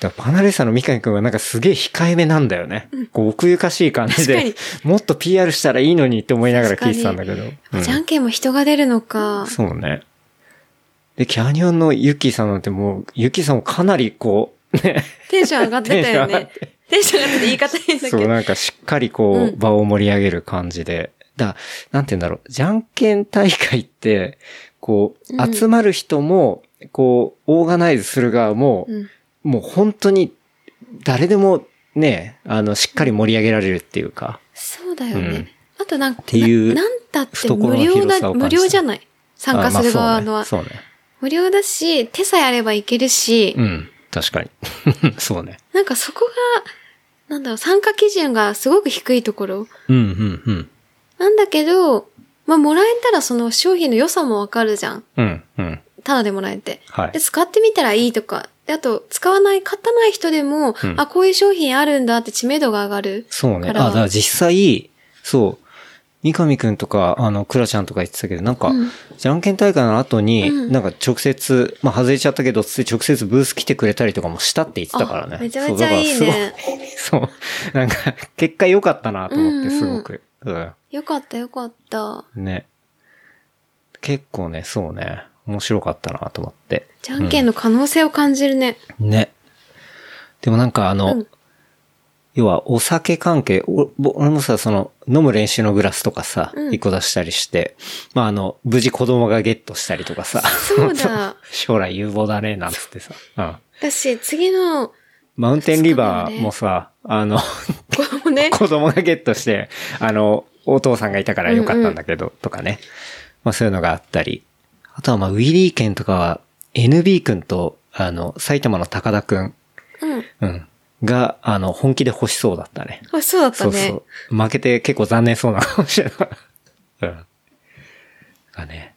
S2: だからパナレサの三上くんはなんかすげえ控えめなんだよね。こう奥ゆかしい感じで
S3: 確、
S2: もっと PR したらいいのにって思いながら聞いてたんだけど。うん
S3: じゃんけんも人が出るのか。
S2: そうね。で、キャニオンのユキさんなんてもう、ユキさんもかなりこう、ね、
S3: テンション上がってた よね。テンション上がってて言い方変だけ
S2: そう、
S3: ど。
S2: なんかしっかりこう、
S3: うん
S2: 場を盛り上げる感じで。だ、なんて言うんだろう。じゃんけん大会って、こう、
S3: うん
S2: 集まる人も、こう、オーガナイズする側も、
S3: うん
S2: もう本当に、誰でもね、あの、しっかり盛り上げられるっていうか。
S3: そうだよ
S2: うん
S3: ね。あとなんか、
S2: ていう
S3: ななんたって
S2: 懐の
S3: 無
S2: 広さ
S3: 料
S2: を
S3: だ、
S2: 感じた
S3: 無料じゃない。参加する側
S2: あ
S3: の
S2: まあ
S3: は。
S2: そうね。そうね。
S3: 無料だし、手さえあればいけるし、
S2: うん。確かに。 そうね。
S3: なんかそこが、なんだろう、参加基準がすごく低いところ。
S2: うん、うん、うん。
S3: なんだけど、まあ、もらえたらその商品の良さもわかるじゃん。
S2: うん、うん。
S3: ただでもらえて。
S2: はい
S3: で、使ってみたらいいとか。で、あと、使わない、買ったない人でも、
S2: うん
S3: あ、こういう商品あるんだって知名度が上がる。
S2: そうね。あ、
S3: か
S2: だ
S3: ら
S2: から実際、そう。三上くんとか、あの、クラちゃんとか言ってたけど、なんか、
S3: うん
S2: じゃんけん大会の後に、
S3: うん
S2: なんか直接、まあ外れちゃったけど、つって直接ブース来てくれたりとかもしたって言ってたからね。
S3: あめちゃめちゃいい
S2: そうだから
S3: ね
S2: す。ごい そう。なんか、結果良かったなと思って、
S3: うんうん
S2: すごく。うん
S3: よかったよかった。
S2: ね。結構ね、そうね。面白かったなと思って。
S3: じゃんけんの可能性を感じるね。
S2: ね。でもなんかあの、
S3: うん
S2: 要はお酒関係、おぼ俺もさ、その、飲む練習のグラスとかさ、
S3: うん
S2: 一個出したりして、まああの、無事子供がゲットしたりとかさ、
S3: そうだ。
S2: 将来有望だね、なんつって さ、うん。
S3: だし、次の、
S2: マウンテンリバーもさ、あの、
S3: 子供 ね。
S2: 子供がゲットして、あの、お父さんがいたからよかったんだけど、とかね。まあそういうのがあったり。あとはまあ、ウィリー県とかは、NB 君と、あの、埼玉の高田君
S3: うん。
S2: うん。が、あの、本気で欲しそうだったね。
S3: あ、そうだった
S2: そう
S3: ね。
S2: そう。負けて結構残念そうな顔してた。うん。がね。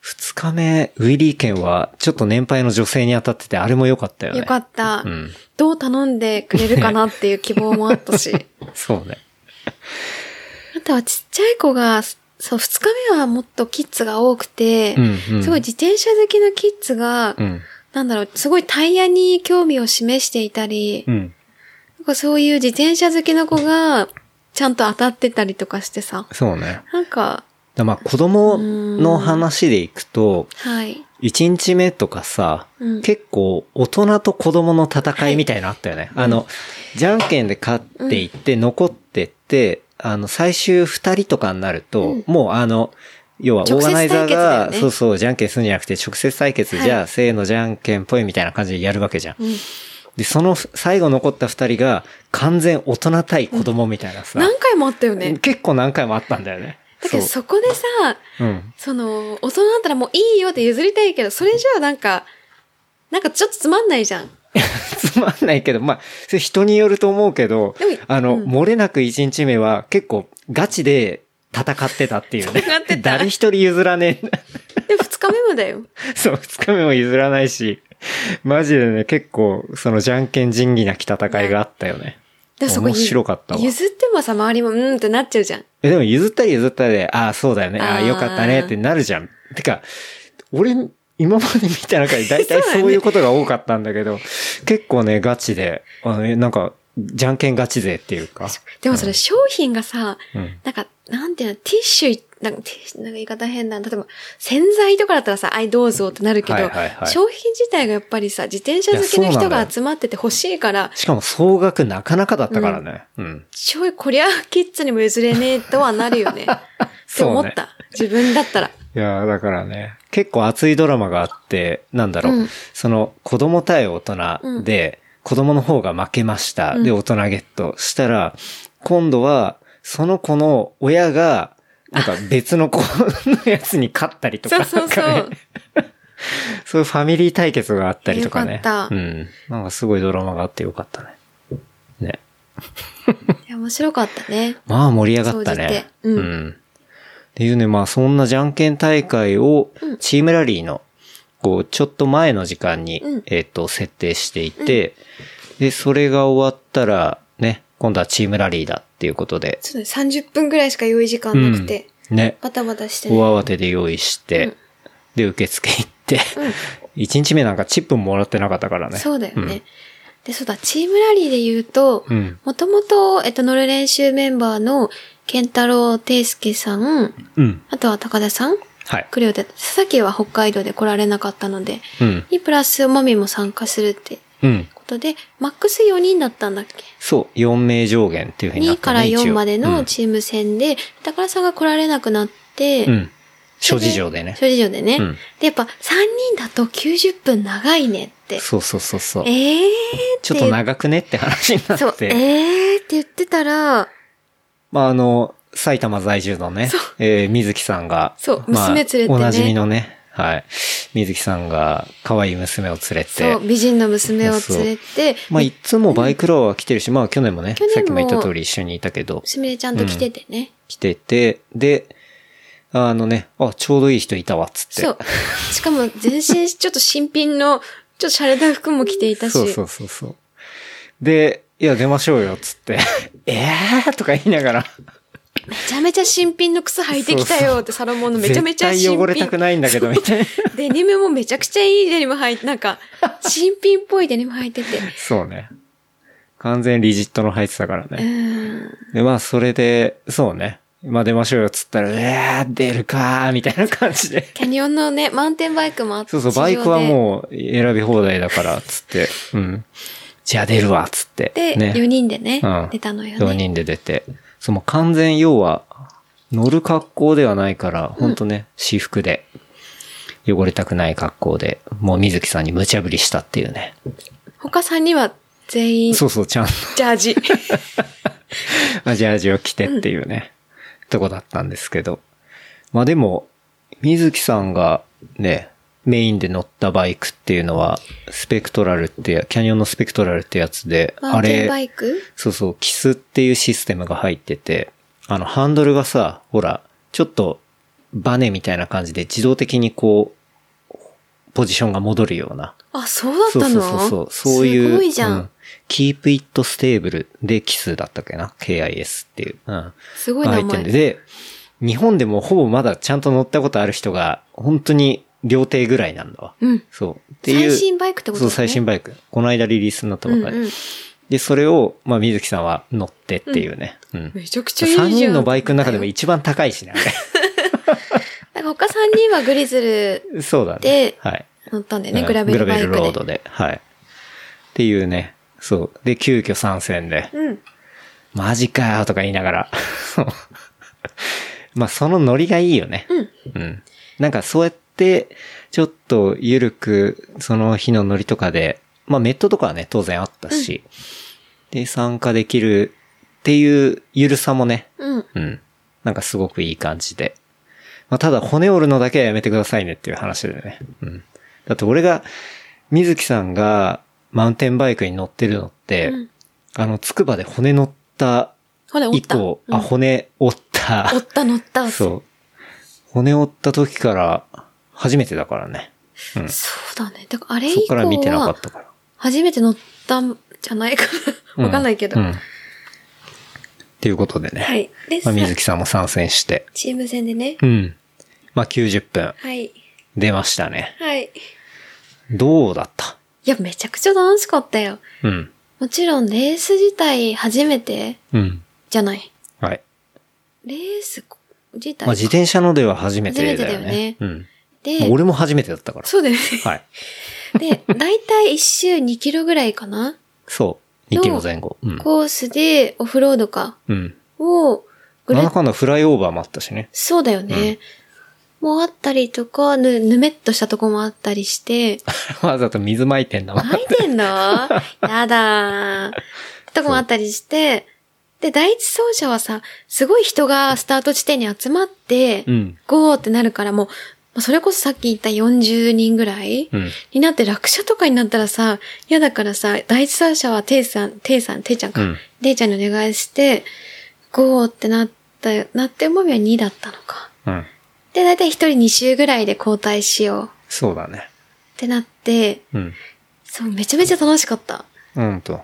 S2: 二日目、ウィリー券は、ちょっと年配の女性に当たってて、あれも良かったよね。
S3: よかった、
S2: うん
S3: どう頼んでくれるかなっていう希望もあったし。
S2: そうね。
S3: あとはちっちゃい子が、そう、二日目はもっとキッズが多くて、
S2: うん、うん。
S3: すごい自転車好きのキッズが、
S2: うん。
S3: なんだろう、すごいタイヤに興味を示していたり、
S2: うん。
S3: なんかそういう自転車好きの子が、ちゃんと当たってたりとかしてさ。
S2: そうね。
S3: なんか、
S2: だまあ、子供の話でいくと、
S3: はい。
S2: 一日目とかさ、
S3: うん
S2: 結構大人と子供の戦いみたいなのあったよね。あの、じゃんけんで勝っていって、残ってって、あの、最終二人とかになると、もうあの、要はオーガナイザー
S3: 直接対決だ
S2: が、
S3: よね
S2: そうそう、じゃんけんするんじゃなくて、直接対決じゃあ、せーのじゃんけんぽいみたいな感じでやるわけじゃん。
S3: うん
S2: で、その最後残った二人が、完全大人対子供みたいなさ、
S3: 何回もあったよね。
S2: 結構何回もあったんだよね。
S3: だけどそこでさ、
S2: う。うん。
S3: その、大人だったらもういいよって譲りたいけど、それじゃあなんか、なんかちょっとつまんないじゃん。
S2: つまんないけど、まあ、それ人によると思うけど
S3: でも、
S2: あの、
S3: うん
S2: 漏れなく1日目は結構ガチで戦ってたっていうね
S3: 戦って。た
S2: 誰一人譲らねえ。
S3: で、二日目もだよ。
S2: そう、2日目も譲らないし、マジでね、結構、そのじゃんけん仁義なき戦いがあったよね。
S3: でそこ
S2: 面白かったわ
S3: 譲ってもさ、周りもうーんってなっちゃうじゃん。
S2: えでも譲ったり譲ったりで、ああ、そうだよね。ああ、
S3: あー
S2: よかったねってなるじゃん。てか、俺、今まで見た中 で大体
S3: そうだ
S2: そ
S3: ね
S2: ういうことが多かったんだけど、結構ね、ガチで、あの、えなんか、じゃんけんガチ勢っていうか。
S3: でもそれ商品がさ、
S2: うん。
S3: なんか、なんていうの、ティッシュ、なんか、ティッシュなんか言い方変だな。例えば、洗剤とかだったらさ、はい、どうぞってなるけど、
S2: はいはいはい
S3: 商品自体がやっぱりさ、自転車
S2: い
S3: 好き
S2: や
S3: の
S2: そうな
S3: 人
S2: のよ
S3: が集まってて欲しいから、
S2: しかも総額なかなかだったからね。うん。
S3: ちょい、こりゃ、キッズにも譲れねえとはなるよ ね。って思った。自分だったら。
S2: いやーだからね、結構熱いドラマがあって、なんだろう、
S3: うん
S2: その子供対大人で、子供の方が負けました。
S3: うん
S2: で、大人ゲットしたら、今度は、その子の親が、なんか別の子のやつに勝ったり とか、
S3: そうそうそう
S2: なんかねそういうファミリー対決があったりとかね。
S3: よかった
S2: うん。なんかすごいドラマがあってよかったね。ね。
S3: いや、面白かったね。
S2: まあ盛り上がったね。
S3: 総じてうん
S2: っていうね、まあそんなじゃんけん大会を
S3: うん
S2: チームラリーの、こう、ちょっと前の時間に、
S3: うん
S2: えっ、と、設定していて、で、それが終わったら、ね、今度はチームラリーだっていうことで。
S3: そうね、30分ぐらいしか用意時間なくて、
S2: うんね。
S3: バタバタして
S2: 大
S3: ね。
S2: 慌てで用意して、
S3: うん
S2: で、受付行って、一1日目なんかチップもらってなかったからね。
S3: そうだよね、で、そうだ、チームラリーで言うと、
S2: うん。
S3: もともと、えっと、乗る練習メンバーの、ケンタロウ、テイスケさん、
S2: うん。うん。
S3: あとは高田さん
S2: はい。
S3: 来る予定だった。佐々木は北海道で来られなかったので、
S2: うん。
S3: にプラス、マミも参加するって
S2: うん。
S3: ことで、マックス4人だったんだっけ
S2: そう、4名上限っていうふうになっ
S3: ?2
S2: た
S3: か
S2: ね
S3: ら4まで
S2: 一応う
S3: の
S2: ん
S3: チーム戦で、高田さんが来られなくなって、
S2: うん。諸事情でね。
S3: 諸事情でね、
S2: うん
S3: で、やっぱ3人だと90分長いねって。
S2: そうそうそうそう。
S3: えーって。
S2: ちょっと長くねって話に
S3: そ
S2: な
S3: う
S2: っ、て。
S3: えーって言ってたら、
S2: まああの、埼玉在住のね、えー、水木さんが、
S3: そう
S2: まあ
S3: 娘連れてね
S2: おなじみのね、はい。水木さんが可愛い娘を連れ
S3: そ
S2: て
S3: う、、美人の娘を連 れて、
S2: まあいつもバイクロアは来てるし、まあ去年もね、
S3: 去年も
S2: さっきも言った通り一緒にいたけど、
S3: すみれちゃんと来ててね。
S2: 来てて、で、あのね、あ、ちょうどいい人いたわ、つって。
S3: そう。しかも全身ちょっと新品の、ちょっと洒落た服も着ていたし。
S2: そうそうそうそう。で、いや、出ましょうよ、つって。 えーとか言いながら。
S3: めちゃめちゃ新品の靴履いてきたよってサロモンのめちゃめちゃ新
S2: 絶
S3: 品。
S2: 対汚れたくないんだけど、みたいな。
S3: デニムもめちゃくちゃいいデニム履いて、なんか、新品っぽいデニム履いてて。
S2: そうね。完全リジットの入ってたから
S3: う
S2: ね。
S3: ーん。
S2: で、まあ、それで、そうね。まあ、出ましょうよっつったら、えー、出るかー、みたいな感じで。
S3: キャニオンのね、マウンテンバイクもあって。
S2: そうそう、バイクは
S3: う。
S2: もう選び放題だから、つって。うん。じゃあ出るわ、つって。
S3: で、
S2: ね
S3: 4人でね、
S2: うん
S3: 出たのよ
S2: 4
S3: ね。
S2: 人で出て。その完全要は、乗る格好ではないから、ほんとね、私服で、汚れたくない格好で、もう水木さんに無茶ぶりしたっていうね。
S3: 他3人は全員、ジ
S2: そうそう、ちゃんと
S3: ャージ。
S2: アジャージを着てっていうね、とこだったんですけど。まあでも、水木さんがね、メインで乗ったバイクっていうのは、スペクトラルって、キャニオンのスペクトラルってやつで、
S3: マウ
S2: あ
S3: ンテン
S2: れ
S3: バ、イク
S2: そうそう、キスっていうシステムが入ってて、あの、ハンドルがさ、ほら、ちょっと、バネみたいな感じで自動的にこう、ポジションが戻るような。
S3: あ、そうだっ
S2: そう
S3: た
S2: そう
S3: の
S2: そうそう。そういう。
S3: すごいじゃん。
S2: うん、Keep It Stable でキスだったっけな ?KIS っていう。うん。
S3: すごい名
S2: 入って
S3: 前。
S2: んで。で、日本でもほぼまだちゃんと乗ったことある人が、本当に両手ぐらいなんだわ。
S3: うん。
S2: そう。っていう。
S3: 最新バイクってこと
S2: そう、最新
S3: バイ
S2: バイク。この間リリースになったばかり。
S3: うんうん
S2: で、それを、まあ、水木さんは乗ってっていうね。うん。
S3: めちゃくちゃいいじゃ
S2: 3
S3: ん。
S2: 人のバイクの中でも一番高いしね、あ
S3: なんか他3人はグリズル
S2: れそうだね。
S3: で
S2: はい。
S3: 乗ったんだよね、
S2: うん
S3: グラベルバイクで。
S2: ロードで。はい。っていうね。そう。で、急遽参戦で。
S3: うん。
S2: マジかよとか言いながら。 そうまあ、そのノリがいいよね。
S3: うん。
S2: うん。なんかそうやって、ちょっとゆるく、その日のノリとかで、まあメットとかはね、当然あったし、で、参加できるっていうゆるさもね、
S3: うん。
S2: うん。なんかすごくいい感じで。まあただ骨折るのだけはやめてくださいねっていう話でね。うん。だって俺が、水木さんがマウンテンバイクに乗ってるのって、
S3: うん
S2: あの、つくばで骨乗った
S3: 骨折
S2: 以
S3: った。
S2: 降、あ、
S3: うん
S2: 骨折った。
S3: 折った乗った。
S2: そう。骨折った時から、初めてだからね。うん。そ
S3: そうだね。だからあれ
S2: っ
S3: 以
S2: か
S3: 降
S2: ら見てなかっ
S3: は、
S2: たから。
S3: 初めて乗ったんじゃないか
S2: う
S3: な。わかんないけど。
S2: うん。っていうことでね。
S3: はい。で、
S2: まあ、水
S3: さ
S2: 木さんも参戦して。
S3: チーム戦でね。
S2: うん。まあ、90分
S3: はい。
S2: 出ましたね。
S3: はい。い
S2: どうだった
S3: や、めちゃくちゃ楽しかったよ。
S2: うん。
S3: もちろん、レース自体初めて
S2: うん。
S3: じゃない。
S2: はい。
S3: レース自体
S2: まあ、自転車のでは初めてだよね。
S3: 初めてだよね
S2: うん。
S3: で
S2: まあ、俺も初めてだったから。
S3: そ うだよね。
S2: はい。
S3: で、だいたい一周2キロぐらいかな
S2: そう。2キロ前後。うん。
S3: コースでオフロードか
S2: うん。
S3: をぐ
S2: な
S3: る
S2: ん
S3: っ
S2: だかんだフライオーバーもあったしね。
S3: そうだよね。もうあったりとか、ぬ、ぬめっとしたとこもあったりして、
S2: わざと水まいてんだもん。
S3: 泣いてんの やだー。とこもあったりして、で、第一走者はさ、すごい人がスタート地点に集まって、
S2: うん。
S3: ゴーってなるからもう、まあそれこそさっき言った40人ぐらい、
S2: うん。
S3: になって落車とかになったらさ、嫌だからさ、第一走者はていさん、ていさん、ていちゃんか、
S2: うん
S3: ていちゃんにお願いして、ゴーってなった、なってもみは2だったのか。
S2: うん。
S3: で、だいたい1人2周ぐらいで交代しようっ
S2: そうだね。
S3: てなって、
S2: うん。
S3: そう、めちゃめちゃ楽しかった。
S2: うんと。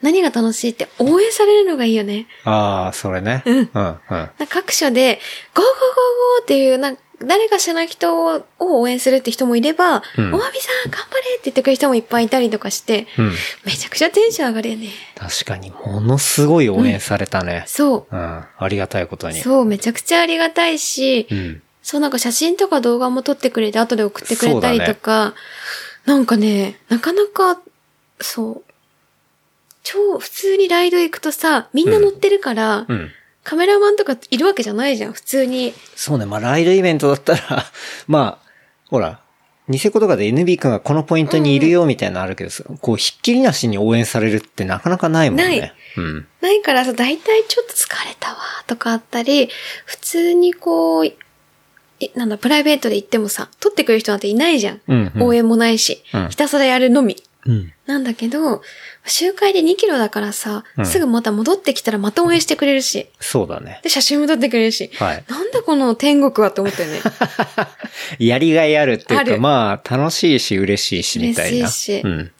S3: 何が楽しいって応援されるのがいいよね。
S2: ああ、それね。うん。うん。うん。
S3: なんか各所で、ゴーゴーゴーゴーっていう、なんか誰か知らない人を応援するって人もいれば、
S2: うん
S3: おまみさん頑張れって言ってくれる人もいっぱいいたりとかして、
S2: うん。
S3: めちゃくちゃテンション上がるよね。
S2: 確かに、ものすごい応援されたね。
S3: そ
S2: うん。ありがたいこと
S3: う。
S2: に。
S3: そう、めちゃくちゃありがたいし、
S2: うん。
S3: そうなんか写真とか動画も撮ってくれて、後で送ってくれたりとか、なんかね、なかなか、そう、超普通にライド行くとさ、みんな乗ってるから、
S2: うん。
S3: カメラマンとかいるわけじゃないじゃん、普通に。
S2: そうね。まあ、ライドイベントだったら、 まあ、ほら、ニセコとかで NB 君がこのポイントにいるよみたいなのあるけど、こう、ひっきりなしに応援されるってなかなかないもんね。
S3: ない
S2: うん。
S3: ないからさ、だいたいちょっと疲れたわとかあったり、普通にこう、いなんだ、プライベートで行ってもさ、撮ってくれる人なんていないじゃん。
S2: うんうん
S3: 応援もないし、
S2: うん
S3: ひたすらやるのみ。
S2: うん。
S3: なんだけど、周回で2キロだからさ、
S2: うん
S3: すぐまた戻ってきたらまた応援してくれるし、
S2: そうだね。
S3: で、写真も撮ってくれるし、
S2: はい
S3: なんだこの天国はって思ったよ ね。
S2: やりがいあるっていう
S3: あ
S2: か、
S3: る
S2: まあ、楽しいし、嬉しいし、みたいな。
S3: 嬉しいし
S2: うん。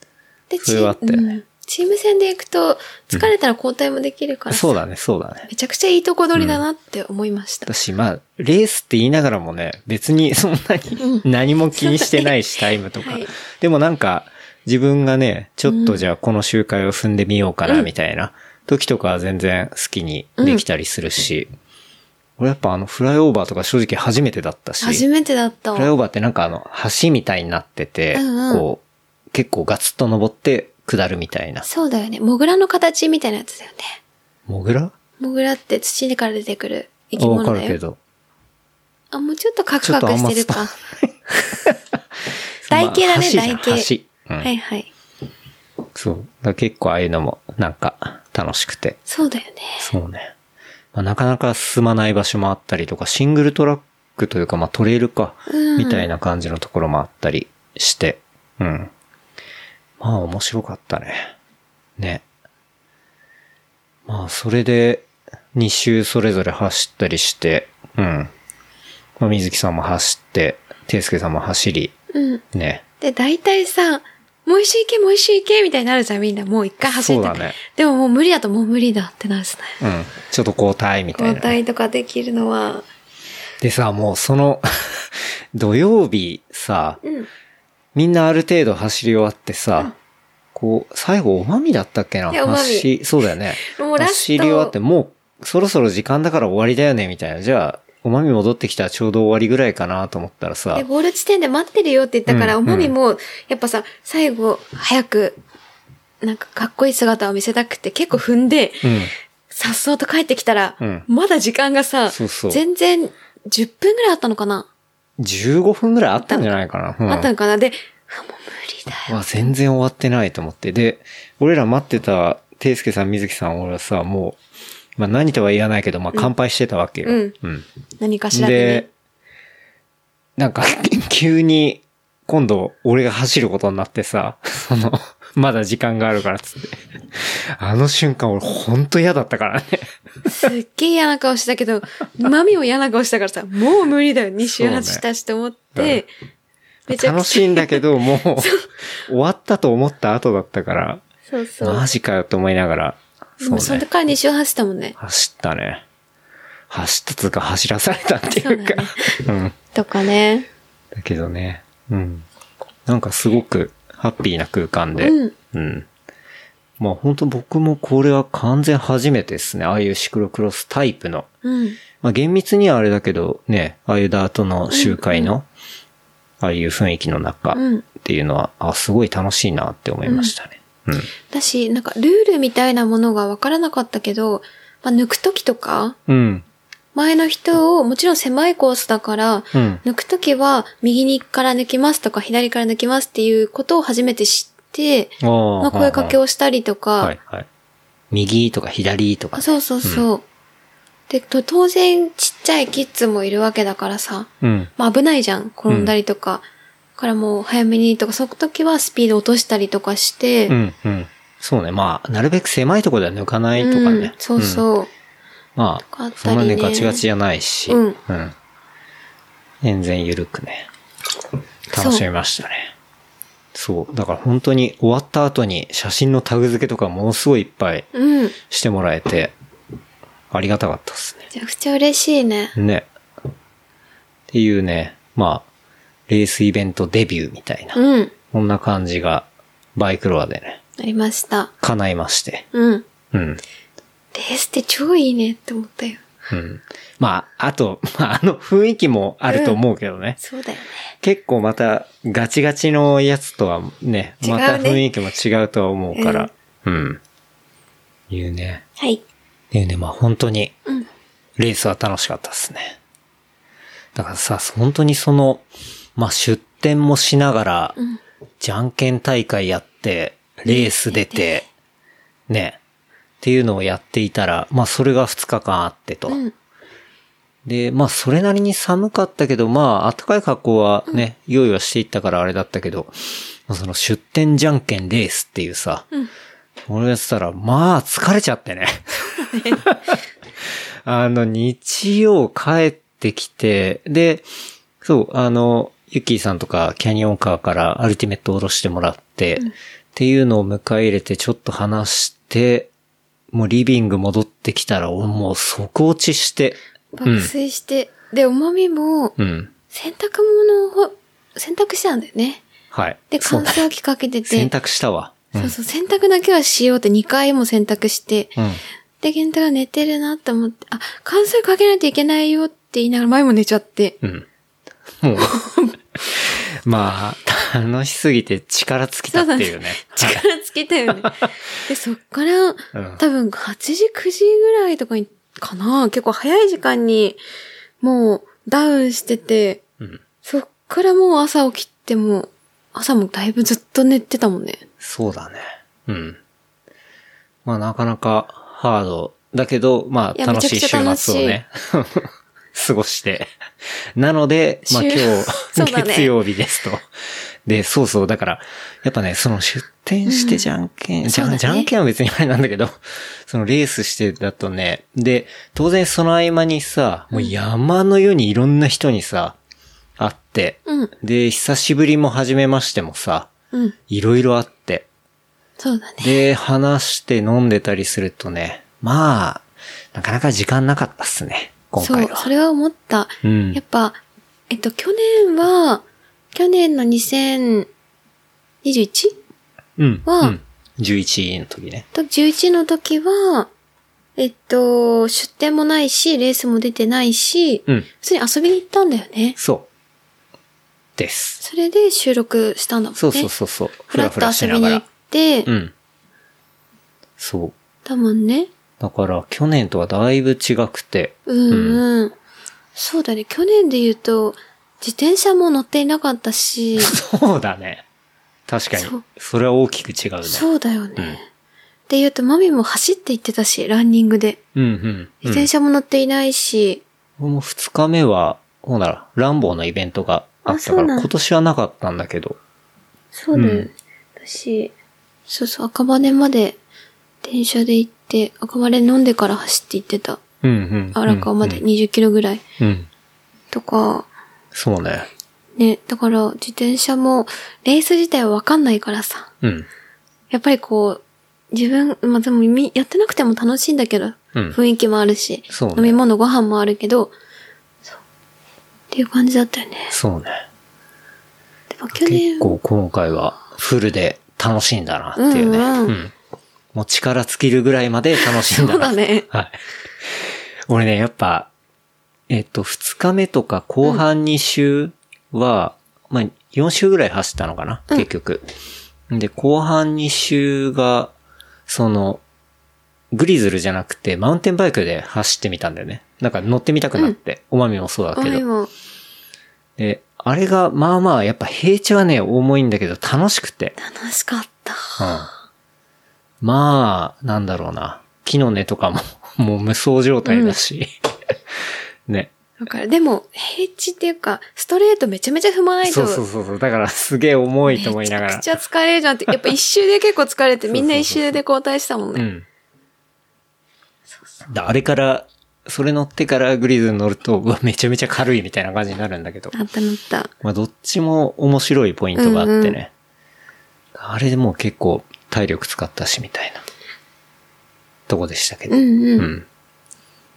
S3: で、
S2: それはあったよね
S3: うんチーム戦で行くと、疲れたら交代もできるからさ、
S2: そうだね、そうだね。
S3: めちゃくちゃいいとこ取りだなって思いました。
S2: だし、まあ、レースって言いながらもね、別にそんなに何も気にしてないし、タイムとか。
S3: はい
S2: でもなんか、自分がね、ちょっとじゃあこの周回を踏んでみようかな、みたいな時とかは全然好きにできたりするし、俺やっぱあの、フライオーバーとか正直初めてだったし、
S3: 初めてだったわ
S2: フライオーバーってなんかあの、橋みたいになってて、
S3: うんうん
S2: こう、結構ガツッと登って下るみたいな。
S3: そうだよね。モグラの形みたいなやつだよね。
S2: モグラ
S3: モグラって土から出てくる生き
S2: あわ
S3: 物
S2: か
S3: だ
S2: るけ
S3: よ。
S2: ど。
S3: あ、もうちょっとカクカクしてるか。台形だね、
S2: まあ
S3: 台
S2: 橋じ
S3: 形。
S2: ゃん橋うん
S3: はいはい。
S2: そう。だから結構ああいうのも、なんか、楽しくて。
S3: そうだよね。
S2: そうね。まあ、なかなか進まない場所もあったりとか、シングルトラックというか、まあトレイルか、
S3: うん
S2: みたいな感じのところもあったりして、うん。まあ面白かったね。ね。まあそれで、2周それぞれ走ったりして、うん。まあ水木さんも走って、ていすけさんも走り、
S3: うん。
S2: ね。
S3: で、大体さ、もう一周行け、もう一周行け、みたいになるじゃん、みんな。もう一回走った
S2: そうだね
S3: でももう無理だともう無理だってなるじゃない。
S2: うん。ちょっと交代みたい
S3: 交
S2: なね、
S3: 代とかできるのは、
S2: でさ、もうその、 土曜日さ、
S3: うん。
S2: みんなある程度走り終わってさ、こう、最後おまみだったっけない
S3: やおまみ
S2: 走そうだよね。
S3: もうラスト
S2: 走り終わって、もうそろそろ時間だから終わりだよね、みたいな。じゃあ、おまみ戻ってきたらちょうど終わりぐらいかなと思ったらさ
S3: で、、ゴール地点で待ってるよって言ったから、
S2: うん
S3: おまみも、やっぱさ、最後、早く、なんかかっこいい姿を見せたくて、結構踏んで、
S2: うん。
S3: さっそうと帰ってきたら、
S2: うん
S3: まだ時間がさ、
S2: そうそう
S3: 全然10分ぐらいあったのかな、
S2: 15分ぐらいあったんじゃないかな。うん
S3: あったのかなで、あもう無理だよ。
S2: わ、全然終わってないと思って。で、俺ら待ってた、ていすけさん、みずきさん、俺はさ、もう、まあ何とは言わないけど、まあ乾杯してたわけよ。
S3: うん
S2: うん
S3: 何かしら
S2: で
S3: で、、
S2: なんか、 急に、今度、俺が走ることになってさ、 その、まだ時間があるからっつって。あの瞬間、俺、ほんと嫌だったからね。
S3: すっげえ嫌な顔したけ ど、マミも嫌な顔したからさ、もう無理だよ。2周外したしと思っ
S2: そうね
S3: て、めちゃくちゃ。
S2: 楽しいんだけど、 もう、終わったと思った後だったから、
S3: そうそう。
S2: マジかよと思いながら、
S3: でもそ
S2: そう
S3: の
S2: ね
S3: 時。から2周走ったもんね。
S2: 走ったね。走ったつうか、走らされたっていうか。 うん。
S3: とかね。
S2: だけどね。うん。なんかすごくハッピーな空間で。
S3: うん
S2: うん。まあ本当僕もこれは完全初めてですね。ああいうシクロクロスタイプの。
S3: うん。
S2: まあ厳密にはあれだけどね、ああいうダートの集会の、ああいう雰囲気の中っ
S3: うん
S2: ていうのは、あ、すごい楽しいなって思いましたね。うん。
S3: だし、なんかルールみたいなものが分からなかったけど、まあ、抜くときとか、
S2: うん。
S3: 前の人を、もちろん狭いコースだから、
S2: うん。
S3: 抜くときは、右にから抜きますとか、左から抜きますっていうことを初めて知って、
S2: ああ
S3: まあ、声かけをしたりとか、
S2: はいはい。右とか左とか
S3: あ。そうそうそう。で、と当然、ちっちゃいキッズもいるわけだからさ、
S2: うん。
S3: まあ危ないじゃん、転んだりとか。だからもう早めにとか、その時はスピード落としたりとかして、
S2: うん、うん。そうね。まあ、なるべく狭いところでは抜かないとか
S3: う
S2: ね
S3: ん。そう
S2: うん。
S3: そう。
S2: ま
S3: かあ
S2: あ
S3: っ、
S2: そ
S3: たり
S2: ん
S3: ね
S2: なね、ガチガチじゃないし。
S3: うん
S2: 全然ゆるくね。楽しみましたね。そう。だから本当に終わった後に写真のタグ付けとかものすごいいっぱい
S3: うん。め
S2: してもらえて、ありがたかったですね。
S3: ちゃくちゃ嬉しいね。
S2: ね。っていうね、まあ、レースイベントデビューみたいな。
S3: うん。
S2: こんな感じが、バイクロアでね、
S3: ありました。
S2: 叶いまして。
S3: うん。
S2: うん。
S3: レースって超いいねって思ったよ。
S2: うん。まあ、あと、 まあ、あの雰囲気もあると思うけどね。
S3: そうだよね。
S2: 結構また、ガチガチのやつとはね、
S3: 違うね
S2: また雰囲気も違うとは思うから。うん。いうね。
S3: はい。
S2: いうね、まあ本当に、
S3: うん。
S2: レースは楽しかったですね。だからさ、本当にその、まあ出店もしながら、
S3: ん
S2: じゃんけん大会やって、レース出て、ね、っていうのをやっていたら、まあそれが2日間あってと。
S3: うん。
S2: で、まあ、それなりに寒かったけど、まあ、暖かい格好はね、用意はしていったからあれだったけど、まあその出店じゃんけんレースっていうさ、
S3: うん
S2: 俺がやってたら、まあ、疲れちゃってね。あの、日曜帰ってきて、で、そう、あの、ユッキーさんとかキャニオンカーからアルティメットを下ろしてもらって、っていうのを迎え入れてちょっと話して、もうリビング戻ってきたら、俺もう即落ちして、
S3: 爆睡して。で、おまみも、
S2: うん。
S3: 洗濯物をほ、洗濯したんだよね。
S2: はい。
S3: で、
S2: そう
S3: 乾燥機かけてて。
S2: 洗濯したわ。うん
S3: そうそう、洗濯だけはしようって2回も洗濯して。
S2: うん。
S3: で、健太が寝てるなって思って、あ、乾燥かけないといけないよって言いながら前も寝ちゃって。
S2: うん。もう、 まあ、楽しすぎて力尽きたっていうね。
S3: 力つけた よね。で、そっから、
S2: ん
S3: 多分8時、9時ぐらいとかに、かな結構早い時間に、もうダウンしてて、
S2: うん。
S3: そっからもう朝起きても、朝もだいぶずっと寝てたもんね。
S2: そうだね。うん。まあ、なかなかハード。だけど、まあ、
S3: いや
S2: 楽しい週末をね。 過ごして。なので、まあ
S3: 週
S2: 今
S3: そう
S2: 日、
S3: だね
S2: 月曜日ですと。で、そうそう、だから、やっぱね、その出店してじゃんけん、じゃ
S3: そうだ
S2: ん
S3: ね
S2: じゃんけんは別にあれなんだけど、そのレースしてだとね、で、当然その合間にさ、もう山のようにいろんな人にさ、会って、
S3: うん。
S2: で、久しぶりも初めましてもさ、
S3: うん。
S2: いろいろあって、
S3: そうだね。
S2: で、話して飲んでたりするとね、まあ、なかなか時間なかったっすね、今
S3: そ
S2: 回
S3: う、
S2: は。
S3: それは思った。
S2: うん
S3: やっぱ、えっと、去年は、去年の 2021?
S2: うん。
S3: は
S2: うん。11の時ね。
S3: と11の時は、えっと、出店もないし、レースも出てないし、
S2: うん。
S3: 普通に遊びに行ったんだよね。
S2: そう。です。
S3: それで収録したんだもんね。
S2: そうそうそうそう。
S3: ふ
S2: ふ
S3: ら
S2: ら
S3: っ
S2: ふ
S3: と
S2: らし
S3: 遊
S2: な
S3: びに
S2: が
S3: 行っ
S2: ら。
S3: て、
S2: うん。そう。
S3: だもんね。
S2: だから、去年とはだいぶ違くて。
S3: うん、うん。そうだね。去年で言うと、自転車も乗っていなかったし、
S2: そうだね。確かに
S3: そう。
S2: それは大きく違うね。
S3: そうだよね。
S2: うん
S3: で言うと、マミも走って行ってたし、ランニングで。
S2: うんうん。
S3: 自転車も乗っていないし、
S2: この二日目は、ほなら、ランボーのイベントがあった
S3: あそ
S2: か
S3: うな
S2: ら、
S3: ん
S2: 今年はなかったんだけど。
S3: そうだよ、
S2: うん
S3: 私、そうそう、赤羽まで電車で行って、赤羽飲んでから走って行ってた。
S2: うんうん。
S3: 荒川まで
S2: うんうん
S3: 20キロぐらい
S2: うん。
S3: とか、
S2: そうね。
S3: ね、だから自転車も、レース自体はわかんないからさ。
S2: うん。
S3: やっぱりこう、自分、まあ、でもみ、やってなくても楽しいんだけど、
S2: うん
S3: 雰囲気もあるし、
S2: そうね
S3: 飲み物、ご飯もあるけど、そう。っていう感じだったよね。
S2: そうね。
S3: でも去年
S2: 結、構今回はフルで楽しいんだなっていうね。
S3: うんうん
S2: もう力尽きるぐらいまで楽しんだ
S3: そう
S2: な。
S3: だね。
S2: はい。俺ね、やっぱ、えっと、二日目とか後半2週は、まあ、4週ぐらい走ったのかな、
S3: うん
S2: 結局。で、後半2週が、その、グリズルじゃなくて、マウンテンバイクで走ってみたんだよね。なんか乗ってみたくなって、おまみもそうだけ
S3: あ、
S2: ど。
S3: 今、
S2: で、あれが、まあまあ、やっぱ平地はね、重いんだけど楽しくて。
S3: 楽しかった。
S2: うん。まあ、なんだろうな。木の根とかも、 もう無双状態だし。ね。
S3: だから、でも、平地っていうか、ストレートめちゃめちゃ踏まないと、
S2: そうそうそうそう。だからすげえ重いと思いながら
S3: めち。ゃくちゃ疲れるじゃんって、やっぱ一周で結構 疲れて、みんな一周で交代したもん
S2: う
S3: ね。
S2: ん。だあれから、それ乗ってからグリズに乗ると、うわ、めちゃめちゃ軽いみたいな感じになるんだけど。
S3: なったなった。
S2: まあ、どっちも面白いポイントがあってね。あれでもう結構体力使ったし、みたいな。とこでしたけど。
S3: うんう。
S2: うんん。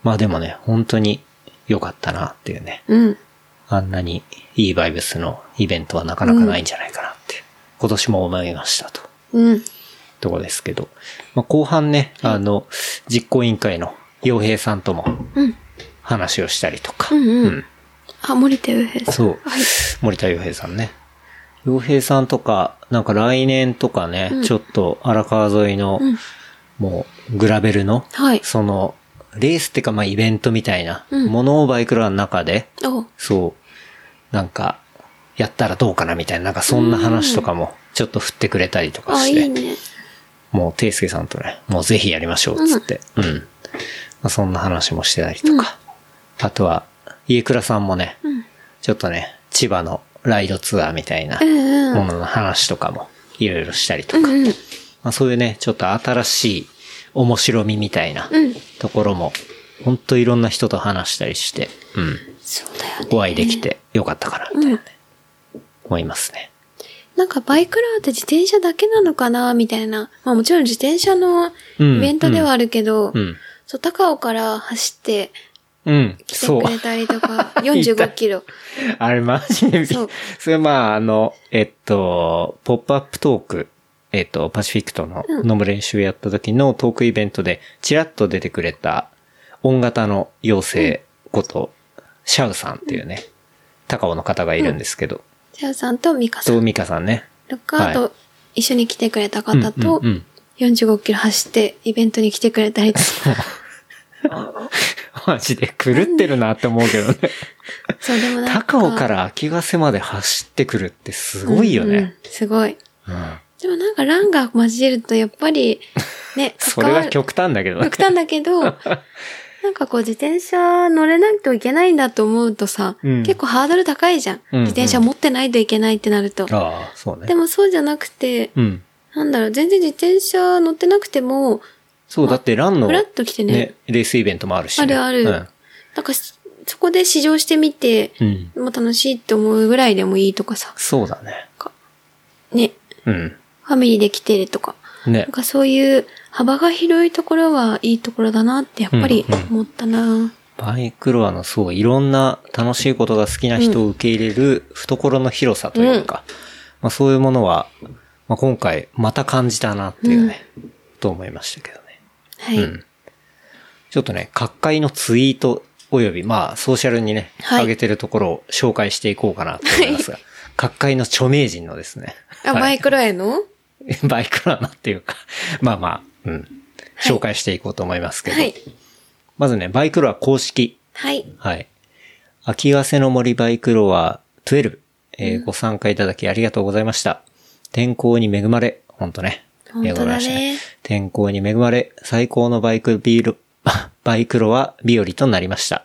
S2: まあでもね、本当に良かったなっていうね。
S3: うん。
S2: あんなにいいバイブスのイベントはなかなかないんじゃないかなって、今年も思いましたと。
S3: うん。
S2: とこですけど。まあ後半ね、あの、実行委員会の洋平さんとも
S3: うん。
S2: 話をしたりとか。
S3: うんうん。あ、森田洋平さん。
S2: そう。
S3: はい。
S2: 森田洋平さんね。洋平さんとか、なんか来年とかね、
S3: うん
S2: ちょっと荒川沿いの、
S3: うん
S2: もう、グラベルの、
S3: はい。
S2: その、レースってか、まあ、イベントみたいな
S3: うん
S2: ものをバイクラーの中で、
S3: お
S2: そう、なんか、やったらどうかなみたいな、なんかそんな話とかも、ちょっと振ってくれたりとか
S3: あ、
S2: し
S3: い
S2: て、
S3: いね。
S2: もう、ていすけさんとね、もうぜひやりましょう、つって。うん。まあ、そんな話もしてたりとか。あとは、家倉さんもね、
S3: うん。
S2: ちょっとね、千葉のライドツアーみたいな
S3: う
S2: も
S3: んうん。
S2: のの話とかも、いろいろしたりと
S3: う
S2: か。
S3: んうん。
S2: まあ、そういうね、ちょっと新しい面白みみたいな
S3: うん
S2: ところも、ほんといろんな人と話したりして、うん。
S3: そうだよね。
S2: お会いできてよかったかな、みたいなね、思いますね。
S3: なんかバイクラーって自転車だけなのかなみたいな。まあもちろん自転車の
S2: うん
S3: イベントではあるけど、
S2: うん。
S3: そう、高尾から走って
S2: うん、
S3: 来てく
S2: そう。
S3: れたりとか、45キ ロ。
S2: あれマジでびっ
S3: そう
S2: それまあ、あの、えっと、ポップアップトーク、えっと、パシフィックとの飲む練習やった時のトークイベントで、ちらっと出てくれた、音型の妖精こと、シャウさんっていうね、高尾の方がいるんですけど、
S3: ジャーさんとミカさ
S2: と、
S3: ん
S2: ミカさんね。
S3: とか、
S2: はい
S3: あと一緒に来てくれた方と
S2: うんうんうん、
S3: 45キロ走ってイベントに来てくれたり とか。
S2: マジで狂ってるなって思うけどね。
S3: そう、でもなんか。
S2: 高尾から秋ヶ瀬まで走ってくるってすごいよ
S3: うんうん
S2: ね。。
S3: すごい。
S2: うん
S3: でもなんかランが混じるとやっぱり、ね、
S2: それは極端だけどね。
S3: 極端だけど、なんなんかこう自転車乗れないといけないんだと思うとさ、
S2: うん
S3: 結構ハードル高いじゃん。
S2: うんうん
S3: 自転車持ってないといけないってなると。
S2: ああ、そうね。
S3: でもそうじゃなくて、
S2: うん。
S3: なんだろう、全然自転車乗ってなくても、
S2: そう、だってランの、
S3: ふらっ
S2: ね、
S3: と来てね、
S2: レースイベントもあるし、ね。
S3: あるあるなんかしそこで試乗してみて、
S2: うん。うん。
S3: もう楽しいって思うぐらいでもいいとかさ、
S2: そうだね。
S3: ね、
S2: うん。
S3: ファミリーで来てるとか、
S2: ね
S3: なん。かそういう幅が広いところはいいところだなってやっぱり
S2: うんうん
S3: 思ったな、
S2: バイクロアのそう、いろんな楽しいことが好きな人を受け入れる懐の広さというか、まあそういうものは、まあ今回また感じたなっていうね、と思いましたけどね。
S3: はい、
S2: うん。ちょっとね、各界のツイート及び、まあ、ソーシャルにね、
S3: はい
S2: 上げてるところを紹介していこうかなと思いますが、各界の著名人のですね。
S3: あ、
S2: はい
S3: バイクロエの
S2: バイクラーなっていうか、 まあまあ、うん。紹介していこうと思いますけど、
S3: はい。
S2: まずね、バイクロア公式
S3: はい。
S2: はい。秋ヶ瀬の森バイクロア12、えーご参加いただきありがとうございました。天候に恵まれ、ほんとね。
S3: ほんと
S2: 恵ま
S3: だね
S2: れました天候に恵まれ、最高のバイクビール、 バイクロア日和となりました。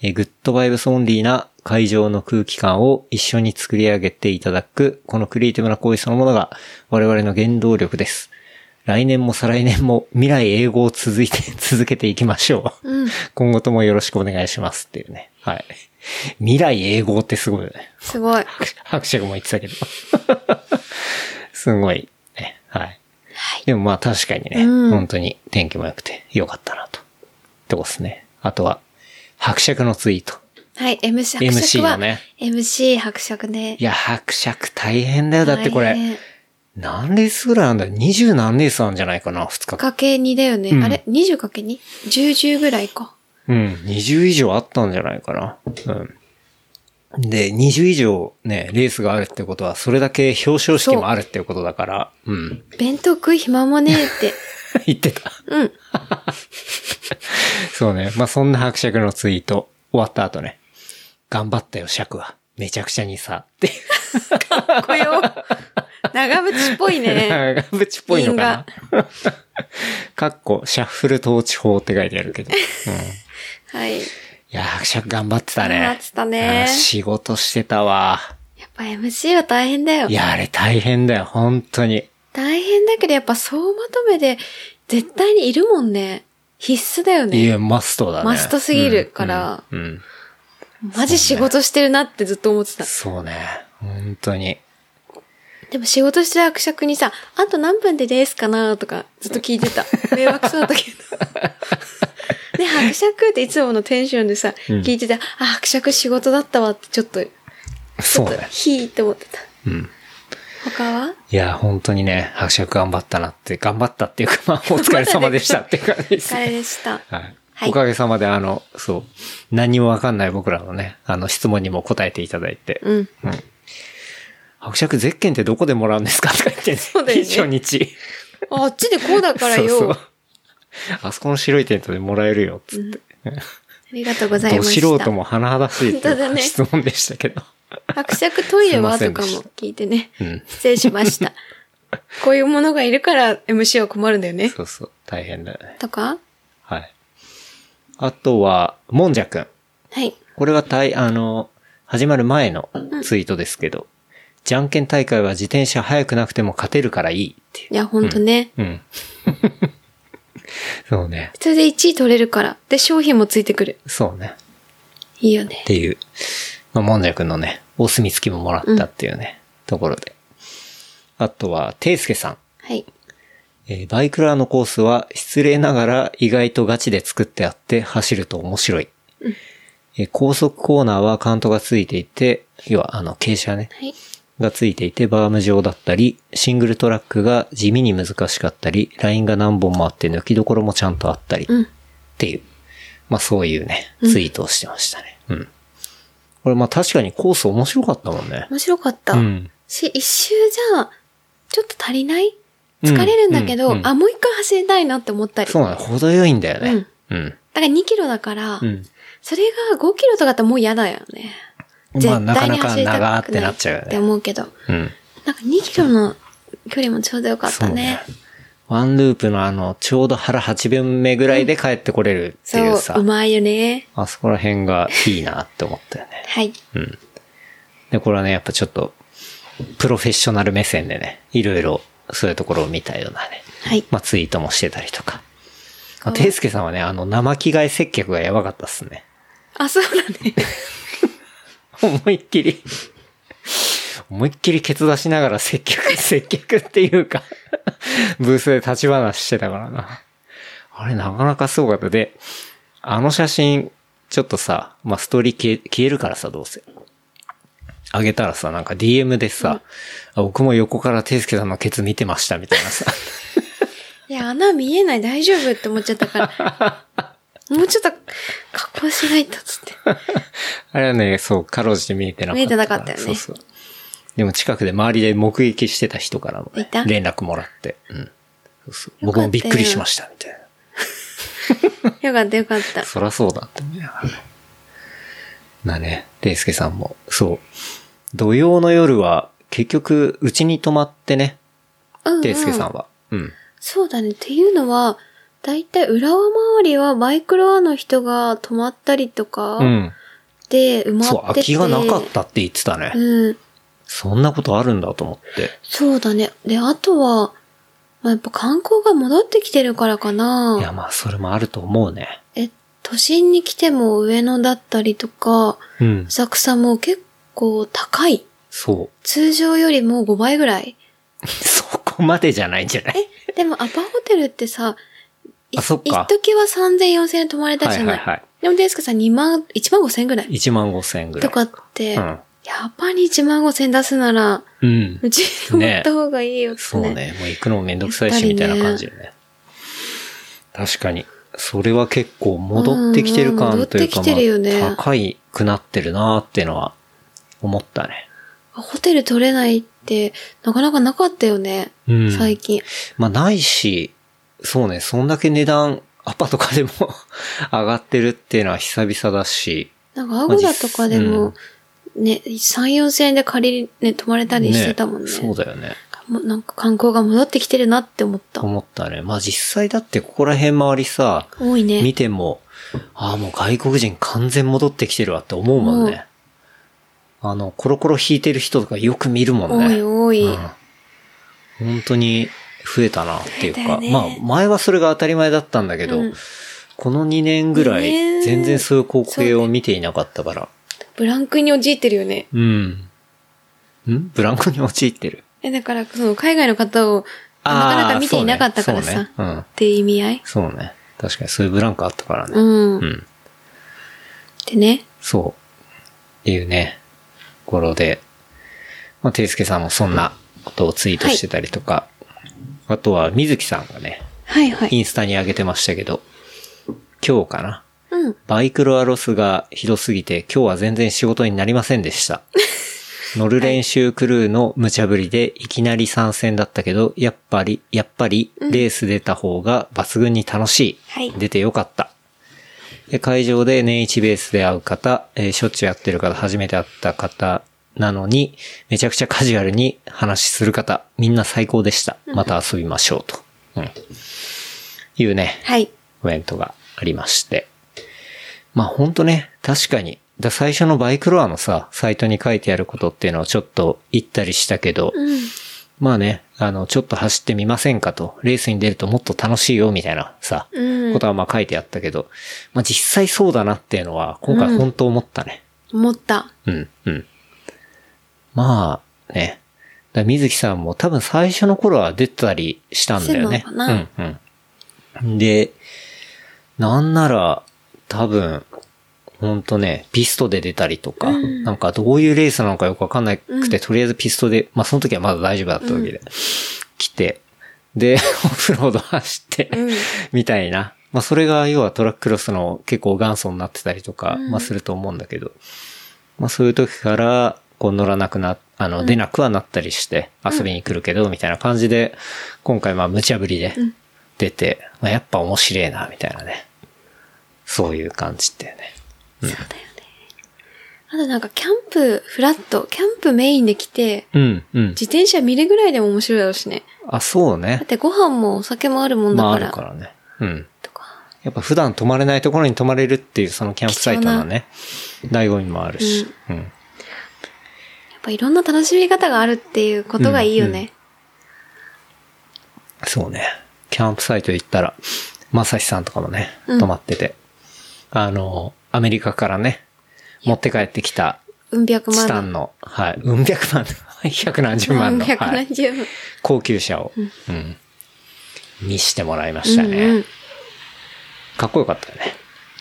S2: えーグッドバイブスオンリーな会場の空気感を一緒に作り上げていただく、このクリエイティブな行為そのものが我々の原動力です。来年も再来年も未来永劫続いて、 続けていきましょう。
S3: うん。
S2: 今後ともよろしくお願いしますっていうね。はい。未来英語ってすごいよね。
S3: すごい。
S2: 伯爵も言ってたけど。 すごい、ね。はい。でもまあ確かにね、
S3: うん
S2: 本当に天気も良くて良かったなと。とこですね。あとは、伯爵のツイート。
S3: はい、MC
S2: MC
S3: 伯爵は、
S2: のね
S3: MC 伯爵で
S2: い。や、伯爵大変だよ。だってこれ
S3: 大、変
S2: 何レースぐらいあんだ二十何レースあんじゃないかな、二日間。
S3: かけ2だよね。
S2: うん
S3: あれ ?20×2?10、10ぐらいか。
S2: うん、20以上あったんじゃないかな。うん。で、20以上ね、レースがあるってことは、それだけ表彰式もあるっていうことだから、うん。
S3: 弁当食い暇もねえって。
S2: 言ってた。
S3: うん。
S2: そうね。まあ、そんな伯爵のツイート、終わった後ね。頑張ったよ、爵は。めちゃくちゃにさ。っていう。
S3: かっこよ。長渕っぽ いね。
S2: ガムチっぽいのかな。 かっこ、シャッフル統治法って書いてあるけど。うん。
S3: はい。
S2: いや、伯爵頑張ってたね。
S3: 頑張ってたね
S2: うん仕事してたわ。
S3: やっぱ MC は大変だよ
S2: い。や、あれ大変だよ、本当に。
S3: 大変だけどやっぱ総まとめで絶対にいるもんね。必須だよ
S2: い
S3: ね。
S2: や、マストだね。
S3: マストすぎるから
S2: うん。うんうん
S3: マジ仕事してるなってずっと思ってた。
S2: そうね。本当に。
S3: でも仕事してる伯爵にさ、あと何分でですかなとかずっと聞い てた。迷惑そうだったけど。で、伯爵っていつものテンションでさ、
S2: うん
S3: 聞いてた。あ、伯爵仕事だったわってちょっと、ち
S2: そ
S3: ょ
S2: う
S3: っと
S2: ね、。
S3: ひーって思ってた。
S2: うん。
S3: 他はい
S2: や、本当にね、伯爵頑張ったなって、頑張ったっていうか、 まあ、お疲れ様でしたっていう感じで
S3: お
S2: す
S3: 疲
S2: ね。
S3: れでした。
S2: はい
S3: はい
S2: おかげさまで、あの、そう、何にもわかんない僕らのね、あの、質問にも答えていただいて、
S3: うん。
S2: 伯爵ゼッケンってどこでもらうんですかとか言って、
S3: うだよね
S2: 初日。
S3: ああっちでこうだからよ。
S2: そうそう。あそこの白いテントでもらえるよ、つって。
S3: ありがとうござい
S2: ど
S3: ました。
S2: 素人も甚だしいってい
S3: 本当だ
S2: う
S3: ね
S2: 質問でしたけ ど。
S3: 伯爵トイレは
S2: すい
S3: と
S2: ま
S3: か
S2: せん
S3: も
S2: でした
S3: 聞いてね。
S2: うん
S3: 失礼しました。こういうものがいるから MC は困るんだよね。
S2: そうそう、大変だよね。
S3: とか
S2: はい。あとは、もんじゃくん。
S3: はい。
S2: これは大、あの、始まる前のツイートですけど、じゃんけん大会は自転車速くなくても勝てるからいいってい
S3: いや、ほんとね。
S2: う。うん。 そうね。
S3: それで1位取れるから。で、商品もついてくる。
S2: そうね。
S3: いいよ
S2: っ
S3: ね。
S2: ていう、まあ、もんじゃくんのね、お墨付きももらったっていうね、ところで。あとは、ていすけさん。
S3: はい。
S2: えーバイクラーのコースは失礼ながら意外とガチで作ってあって走ると面白い。えー高速コーナーはカントがついていて、要はあの傾斜ね、
S3: はい。
S2: がついていてバーム状だったり、シングルトラックが地味に難しかったり、ラインが何本もあって抜きどころもちゃんとあったり、
S3: うん。
S2: っていう、まあそういうね、ツイートをしてましたね。うん。これまあ確かにコース面白かったもんね。
S3: 面白かった。
S2: うん。
S3: し、一周じゃあ、ちょっと足りない疲れるんだけど、
S2: うんうんうん
S3: あ、もう一回走りたいなって思ったり。
S2: そうなの、程よいんだよね。うん。
S3: だから2キロだから、
S2: うん。
S3: それが5キロとかだったらもう嫌だよね。
S2: まあなかなか
S3: りたくい
S2: 長ってなっちゃうよ
S3: って
S2: ね。
S3: 思うけど。
S2: うん。
S3: なんか2キロの距離もちょうどよかったね。
S2: そうねワンループのあの、ちょうど腹8分目ぐらいで帰ってこれるっていう
S3: そ
S2: さ、
S3: う、うまいよね。
S2: あそこら辺がいいなって思ったよね。
S3: はい。
S2: うん。で、これはね、やっぱちょっと、プロフェッショナル目線でね、いろいろそういうところを見たようなね、
S3: はい。
S2: まあツイートもしてたりとか。あ、ていすけさんはね、あの、生着替え接客がやばかったっすね。
S3: あ、そうだね。
S2: 思いっきり、思いっきりケツ出しながら接客、 接客っていうか、 ブースで立ち話してたからな。あれ、なかなかすごかった。で、あの写真、ちょっとさ、まあ、ストーリー消え消えるからさ、どうせ。あげたらさ、なんか DM でさ、あ僕も横からていすけさんのケツ見てました、みたいなさ。
S3: いや、穴見えない、大丈夫って思っちゃったから。 もうちょっと、加工しないと、つって。
S2: あれはね、そう、かろうじて見えてなかったから。
S3: 見えてなかったよね
S2: そうそう。でも近くで周りで目撃してた人からもね、
S3: いた
S2: 連絡もらって。うん。そうそう
S3: よ
S2: 僕
S3: かったよ
S2: もびっくりしました、みたいな。
S3: よかった、よかった。
S2: そらそうだって思いながらね。なね、レイスケさんも、そう。土曜の夜は、結局、うちに泊まってね、
S3: うん、うん。
S2: レイスケさんは。うん。
S3: そうだね。っていうのは、だいたい浦和周りはマイクロアの人が泊まったりとか
S2: うん。
S3: で埋まってて、
S2: そう、空きがなかったって言ってたね。
S3: うん。
S2: そんなことあるんだと思って。
S3: そうだね。で、あとは、まあ、やっぱ観光が戻ってきてるからか
S2: いや、
S3: な。
S2: まあ、それもあると思うね。
S3: え、都心に来ても上野だったりとか、
S2: うん。
S3: 浅草も結構高い。
S2: そう。
S3: 通常よりも5倍ぐらい。
S2: そこまでじゃないんじゃない
S3: え、でもアパホテルってさ、い
S2: あそっか
S3: 一時は3000、4000円泊まれたじゃない。
S2: はい。
S3: でもデスクさん2万、1万5000円ぐらい
S2: 1万5千円ぐら
S3: と
S2: い。
S3: かって、
S2: うん。
S3: やっぱり1万5000出すなら、
S2: うん。
S3: うちに泊まった方がいいよって
S2: そう
S3: ね。
S2: ね。もう行くのもめんどくさいし、みたいな感じよね。確かに。それは結構戻ってきてる
S3: うんう
S2: 感
S3: ん
S2: というか、
S3: 戻ってきてるよね
S2: まあ高いくなってるなーってのは思ったね。
S3: ホテル取れないって、なかなかなかったよね。
S2: うん。
S3: 最近。
S2: まあないし、そうね、そんだけ値段、アパとかでも 上がってるっていうのは久々だし、
S3: なんか、アゴダとかでも、ね、3、4千円で借り、ね、泊まれたりしてたもんね。
S2: そうだよね。
S3: もうなんか観光が戻ってきてるなって思った。
S2: 思ったね。まあ実際だってここら辺周りさ、
S3: 多いね。
S2: 見ても、ああ、もう外国人完全戻ってきてるわって思うもんね。あの、コロコロ引いてる人とかよく見るもんね。
S3: 多い多い。
S2: うん本当に増えたなっていう
S3: 増えた
S2: か、
S3: よね
S2: まあ前はそれが当たり前だったんだけど、
S3: うん
S2: この2年ぐらい
S3: ねえ
S2: 全然そういう光景を見ていなかったから。
S3: ブランクに陥ってるよね。
S2: うん。んブランコに陥ってる。
S3: え、だから、その、海外の方を、な
S2: あー
S3: かなか見ていなかったから
S2: そ
S3: さ。
S2: うねそうねうん
S3: って意味合い
S2: そうね。確かにそういうブランコあったから
S3: う
S2: ね。う
S3: ん。っ
S2: ん。
S3: てね。
S2: そう。っていうね、頃で。まあ、ていすけさんもそんなことをツイートしてたりとか、あとは、みずきさんがね、
S3: はいはい。
S2: インスタに上げてましたけど、今日かな。
S3: うん。
S2: バイクロアロスがひどすぎて、今日は全然仕事になりませんでした。乗る練習クルーの無茶ぶりでいきなり参戦だったけど、やっぱり、やっぱり、レース出た方が抜群に楽しい。
S3: はい
S2: 出てよかった。で会場で年一ベースで会う方、えーしょっちゅうやってる方、初めて会った方なのに、めちゃくちゃカジュアルに話しする方、みんな最高でした。また遊びましょうと。うん。いうね。
S3: はい。
S2: コメントがありまして。まあほんとね、確かに。だ最初のバイクロアのさ、サイトに書いてあることっていうのをちょっと言ったりしたけど、
S3: うん。
S2: まあね、あの、ちょっと走ってみませんかと、レースに出るともっと楽しいよみたいなさ、
S3: うん
S2: ことはまあ書いてあったけど、まあ実際そうだなっていうのは今回本当思ったね。
S3: 思った。
S2: うん、うん。まあ、ね。だから水木さんも多分最初の頃は出てたりしたんだよね。
S3: してんのかな
S2: うん、うん。で、なんなら、多分、ほんとね、ピストで出たりとか、
S3: うん
S2: なんかどういうレースなのかよくわかんなくて、
S3: うん
S2: とりあえずピストで、まあその時はまだ大丈夫だったわけで、来て、で、 オフロード走って、
S3: うん。
S2: みたいな。まあそれが要はトラッククロスの結構元祖になってたりとか、
S3: うん
S2: まあすると思うんだけど、まあそういう時から、こう乗らなくな、あの、出なくはなったりして遊びに来るけど、みたいな感じで、今回まあ無茶ぶりで
S3: ん
S2: 出て、まあやっぱ面白いな、みたいなね。そういう感じってね。
S3: そうだよね。あとなんかキャンプ、フラット、キャンプメインで来て、
S2: うん、うん。
S3: 自転車見るぐらいでも面白いだろうしね。
S2: あ、そう
S3: だっ
S2: ね。
S3: てご飯もお酒もあるもんだ
S2: まあ、
S3: か
S2: あ
S3: ら。
S2: るからね。うん。
S3: とか。
S2: やっぱ普段泊まれないところに泊まれるっていう、そのキャンプサイトのね、醍醐味もあるし。うん。
S3: やっぱいろんな楽しみ方があるっていうことがいいよね。
S2: そうね。キャンプサイト行ったら、まさしさんとかもね、
S3: うん
S2: 泊まってて。あの、アメリカからね、持って帰ってきた、
S3: うん、百
S2: チ
S3: 万
S2: タンの、はい、うん百万の、百何十万の、
S3: 百
S2: はい
S3: 何十万。
S2: 高級車を、うん、見してもらいましたね。
S3: うんうん
S2: かっこよかったよね。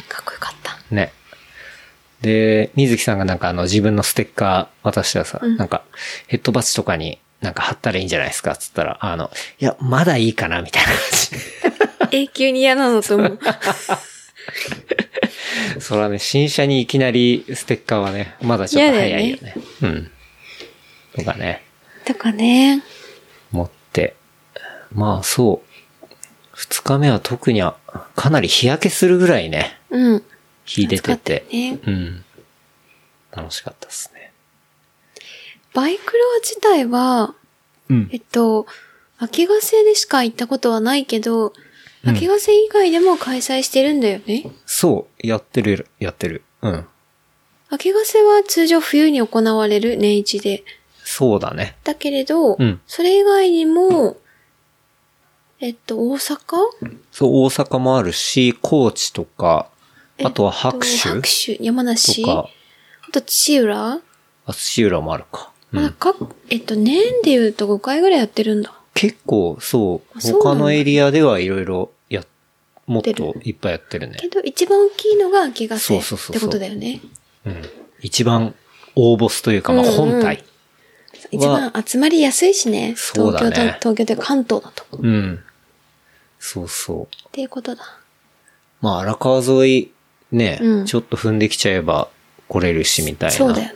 S3: かっこよかった。
S2: ね。で、水木さんがなんかあの自分のステッカー渡したらさ、
S3: うん
S2: なんかヘッドバッチとかになんか貼ったらいいんじゃないですかっつったら、あの、いや、まだいいかなみたいな感
S3: 永久に嫌なのと思 う。
S2: じ。 それはね、新車にいきなりステッカーはね、まだちょっと早いよね。うん。とかね、
S3: とかね。
S2: 持って。まあそう。二日目は特にあかなり日焼けするぐらいね、
S3: うん。
S2: 日出てて。
S3: 暑かったよね
S2: うん。楽しかったですね。
S3: バイクロア自体は、
S2: うん
S3: え。っと、秋ヶ瀬でしか行ったことはないけど、
S2: うん
S3: 秋ヶ瀬以外でも開催してるんだよね。
S2: そう、やってる、やってる。うん。
S3: 秋ヶ瀬は通常冬に行われる年一で。
S2: そうだね。
S3: だけれど、
S2: うん
S3: それ以外にも、えっと、大阪
S2: そう、大阪もあるし、高知とか、あとは白
S3: えっと
S2: 州
S3: 白州、山梨
S2: とか、
S3: あと土浦、
S2: あ、土浦もあるか。う
S3: まあ
S2: ん。
S3: かえっと、年で言うと5回ぐらいやってるんだ。
S2: 結構、そう、
S3: あそうなんだ
S2: 他のエリアではいろいろや、もっ
S3: やっ
S2: といっぱいやってるね。
S3: けど、一番大きいのが秋ヶ瀬っ
S2: そうそうそうそう
S3: てことだよね。
S2: うん。一番、大ボスというか、まあ、
S3: うんうん
S2: 本体。
S3: 一番集まりやすいしね。
S2: そうだね
S3: 東京と、東京というか関東だと。っ
S2: うん。そうそう。
S3: ていうことだ。
S2: まあ、荒川沿い、ね、
S3: うん
S2: ちょっと踏んできちゃえば来れるし、みたいな。
S3: そうだよね。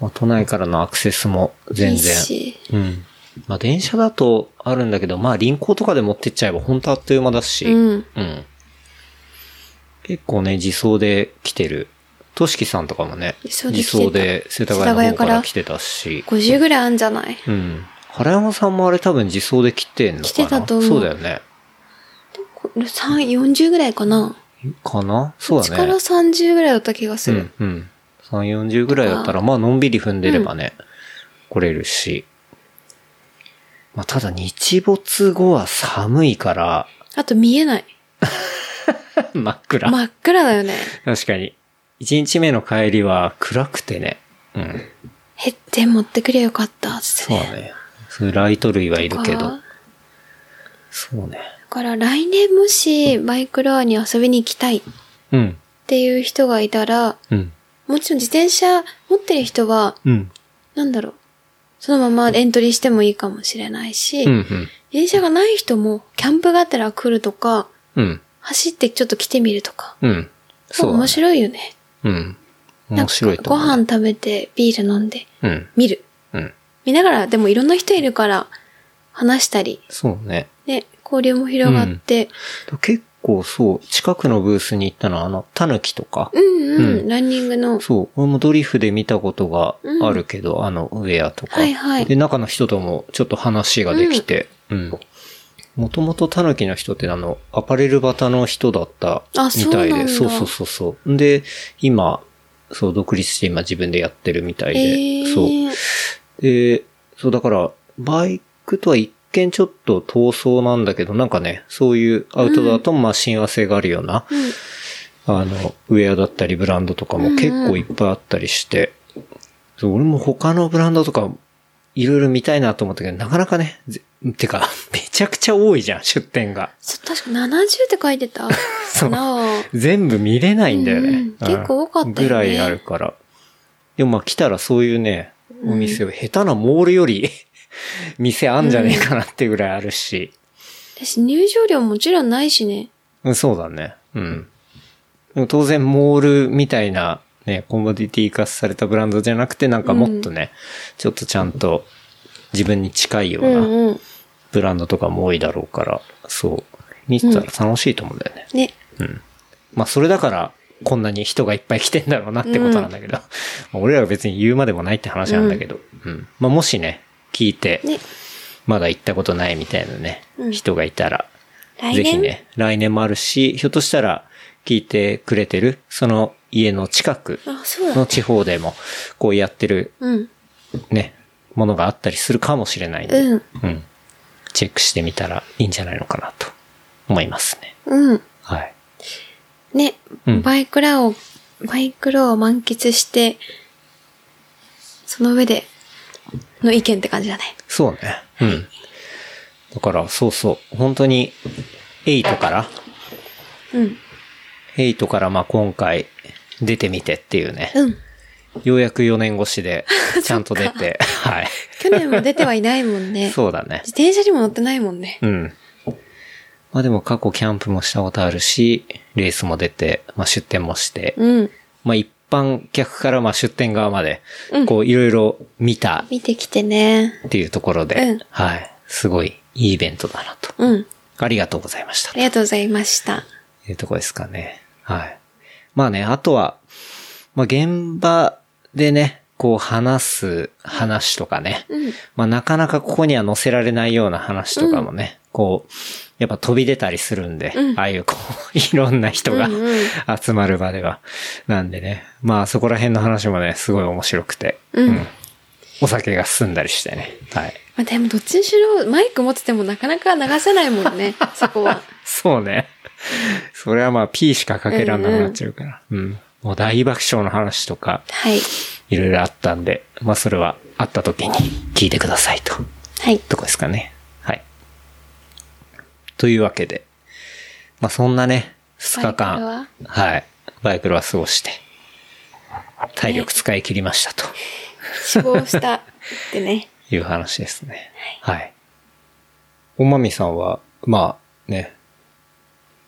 S2: まあ、都内からのアクセスも
S3: い
S2: 全
S3: い
S2: 然。
S3: し。
S2: うん。まあ、電車だとあるんだけど、まあ、輪行とかで持ってっちゃえば本当あっという間だし、
S3: うん。
S2: うん結構ね、自走で来てる。としきさんとかもね、
S3: 自走で来て
S2: 自
S3: た
S2: 走で世田谷の方
S3: 世田谷か
S2: からら来てたし、
S3: 50ぐらいあんじゃない
S2: うん。原山さんもあれ多分自走で来てんのかな
S3: 来てたと思う
S2: そうだよね。
S3: これ3、40ぐらいかな。
S2: かなそうだね。
S3: 力30ぐらいだった気がする。
S2: うん、うん。3、40ぐらいだったら、まあ、のんびり踏んでればね、来れるし。まあ、ただ、日没後は寒いから、
S3: あと見えない。
S2: 真っ暗。
S3: 真っ暗だよね。
S2: 確かに。1日目の帰りは暗くてね。うん。
S3: 減って持ってくりゃよかったっつって
S2: そう
S3: ね。
S2: だね。そういうライト類はいるけ
S3: だか
S2: ど
S3: ら。
S2: そうね。
S3: だから来年もしバイクロアに遊びに行きたいっ
S2: うん。
S3: ていう人がいたら、
S2: うん。
S3: もちろん自転車持ってる人は、
S2: うん。
S3: なんだろう。そのままエントリーしてもいいかもしれないし、
S2: うん。うん。
S3: 自転車がない人もキャンプがてら来るとか、
S2: うん。
S3: 走ってちょっと来てみるとか。
S2: うん。そうだ
S3: 面
S2: ね。
S3: 白いよね。
S2: うん。面白いと
S3: ご
S2: 思う。
S3: 飯食べてビール飲んで
S2: うん。
S3: 見る。
S2: うん。
S3: 見ながら、でもいろんな人いるから話したり、
S2: そうね。
S3: ね、交流も広がって、
S2: 結構そう、近くのブースに行ったのは、あの、タヌキとか。
S3: うん、うん、
S2: う
S3: ランニングの、
S2: そう、俺もドリフで見たことがあるけど、あの、ウェアとか。
S3: はいはい
S2: で、中の人ともちょっと話ができて、うん。もともとタヌキの人ってあの、アパレル型の人だった
S3: あ
S2: みたいで、
S3: そうなんだ
S2: そうそうそうそう。で、今、そう、独立して今自分でやってるみたいで、
S3: えー、
S2: そう。で、そうだから、バイクとは一見ちょっと闘争なんだけど、なんかね、そういうアウトドアともまあ親和性があるような、
S3: うん
S2: あの、ウェアだったりブランドとかも結構いっぱいあったりして、そう俺も他のブランドとかいろいろ見たいなと思ったけど、なかなかね、ぜてか、 めちゃくちゃ多いじゃん、出店が。
S3: そう確か70って書いてた
S2: そう
S3: なあ。
S2: 全部見れないんだよね。
S3: うんうん結構多かったよね
S2: ぐらいあるから。でもまあ来たらそういうね、お店を下手なモールより 店あんじゃねえかなってぐらいあるし。
S3: 私入場料もちろんないしね。
S2: うん、そうだね。うん。でも当然モールみたいなね、コモディティ化されたブランドじゃなくてなんかもっとね、ちょっとちゃんと自分に近いよ
S3: う
S2: うなん
S3: うん。
S2: ブランドとかも多いだろうから、そう。見てたら楽しいと思うんだよね。
S3: ね。
S2: うん。まあそれだから、こんなに人がいっぱい来てんだろうなってことなんだけど、 まあ俺らが別に言うまでもないって話なんだけど、うん。まあもしね、聞いて、
S3: ね。
S2: まだ行ったことないみたいなね、
S3: うん
S2: 人がいたら、
S3: 来年
S2: ぜひね、来年もあるし、ひょっとしたら聞いてくれてる、その家の近く
S3: あ、そうだ
S2: の。地方でも、こうやってる
S3: うん。
S2: ね、ものがあったりするかもしれないんで、
S3: うん。
S2: うんチェックしてみたらいいんじゃないのかなと思いますね。
S3: うん。
S2: はい。
S3: ね、
S2: うん
S3: バイクラを、バイクラを満喫して、その上での意見って感じだね。
S2: そうね。うん。だから、そうそう。本当に、エイトから、
S3: うん。
S2: エイトからまあ今回出てみてっていうね。
S3: うん。
S2: ようやく4年越しで、ちゃんと出 て、はい。
S3: 去年も出てはいないもんね。
S2: そうだね
S3: 自。転車にも乗ってないもんね。
S2: うん。まあでも過去キャンプもしたことあるし、レースも出て、まあ出店もして、
S3: うん。
S2: まあ一般客からまあ出店側まで
S3: うん、
S2: こういろいろ見た
S3: 見てきてね。
S2: っていうところで、
S3: うん
S2: はい。すごいいいイベントだなと。
S3: うん。
S2: ありがとうございました
S3: あ。りがとうございました。
S2: いうとこですかね。はい。まあね、あとは、まあ現場でね、こう話す話とかね。
S3: うん。
S2: まあなかなかここには載せられないような話とかもね、こう、やっぱ飛び出たりするんで、
S3: うん
S2: ああいうこう、 いろんな人が
S3: うんうん
S2: 集まる場では。なんでね、まあそこら辺の話もね、すごい面白くて、
S3: うん
S2: お酒が進んだりしてね。はい。
S3: まあでもどっちにしろマイク持っててもなかなか流せないもん ね、そこは。
S2: そうね。それはまあ P しかかけらんなくなっちゃうから。うん、もう大爆笑の話とか、
S3: はい。
S2: いろいろあったんで、まあそれはあった時に聞いてくださいと。
S3: はい。
S2: とこですかね。はい。というわけで、まあそんなね、2日
S3: バイクロは
S2: 間、はい。バイクロは過ごして、体力使い切りましたと
S3: 死亡したってね。
S2: いう話ですね。はい。おまみさんは、まあね、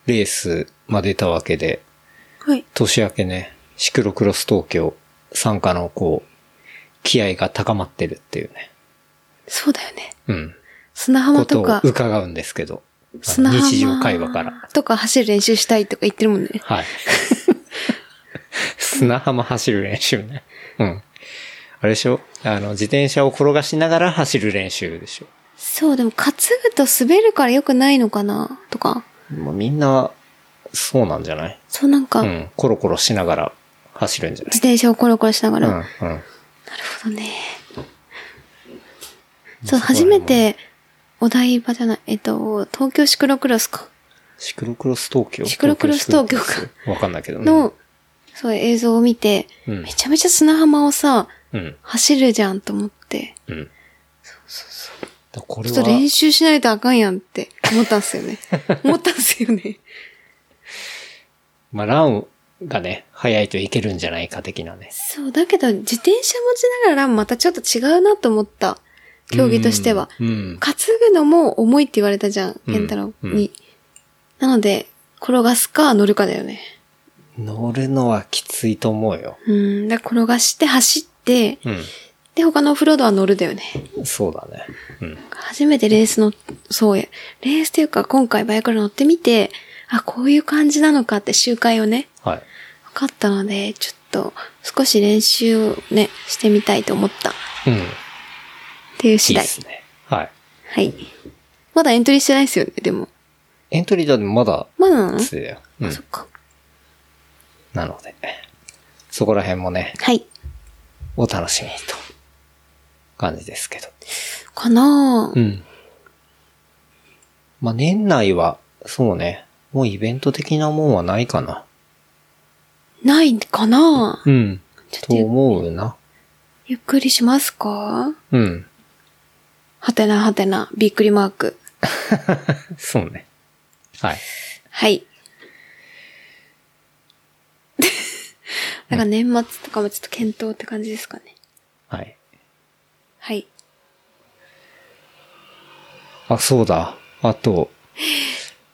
S2: レース、まあ出たわけで、
S3: はい。
S2: 年明けね、シクロクロス東京参加のこう、気合が高まってるっていうね。
S3: そうだよね。
S2: うん。
S3: 砂浜
S2: こと
S3: と
S2: を
S3: か、
S2: 伺うんですけど。あの
S3: 砂浜
S2: 日常会話から。
S3: とか走る練習したいとか言ってるもんね。
S2: はい。砂浜走る練習ね。うん。あれでしょあの、自転車を転がしながら走る練習でしょ。
S3: そう、でも担ぐと滑るから良くないのかなとか。
S2: まあ、みんな、そうなんじゃない
S3: そうなんか、
S2: う
S3: 自
S2: ん。コロコロしながら走るんじゃない
S3: 転車をコロコロしながら。なる
S2: うん、うん。
S3: ほどね。そう、初めて、お台場じゃない、えっと、東京シクロクロスか。
S2: シクロクロス東京
S3: シクロクロス東京か
S2: シクロクロスわかんないけどね。
S3: の、そう映像を見て、
S2: うん
S3: めちゃめちゃ砂浜をさ、
S2: うん。
S3: 走るじゃんと思って、
S2: うん。そうそうそう。こ
S3: ち
S2: れ
S3: ょっ
S2: は
S3: と練習しないとあかんやんって思ったんすよ ね。思ったんすよね。
S2: まあ、ランがね、早いといけるんじゃないか的なね。
S3: そう、だけど自転車持ちながらまたちょっと違うなと思った。競技としては。
S2: うん。うん
S3: 担ぐのも重いって言われたじゃん、
S2: うん
S3: 健太郎
S2: うん
S3: に。なので、転がすか乗るかだよね。
S2: 乗るのはきついと思うよ。
S3: うん、だから転がして走って、
S2: う
S3: で、他のオフロードは乗るだよね。
S2: ん。そうだね。うん。
S3: 初めてレースの、そうや、レースっていうか今回バイクに乗ってみて、あ、こういう感じなのかって周回をね、
S2: はい。
S3: 分かったので、ちょっと少し練習をね、してみたいと思ったっ
S2: うん。い
S3: ていう
S2: い
S3: 次
S2: で
S3: 第。
S2: すね。はい。
S3: はい。まだエントリーしてないですよね、でも。
S2: エントリーだとまだ、
S3: まだなの、
S2: つだよ。うん
S3: そ。っか。
S2: なので、そこら辺もね、
S3: はい。
S2: お楽しみにと。感じですけど。
S3: かなぁ、
S2: うん。まあ、年内は、そうね、もうイベント的なもんはないかな。
S3: ないかなぁ
S2: うん。
S3: ちょっ
S2: と
S3: とゆ
S2: 思うな。
S3: ゆっくりしますか
S2: うん。
S3: はてなはてな、びっくりマーク。
S2: そうね。はい。
S3: はい。だから年末とかもちょっと検討って感じですかね。
S2: はい。
S3: はい。
S2: あ、そうだ。あと、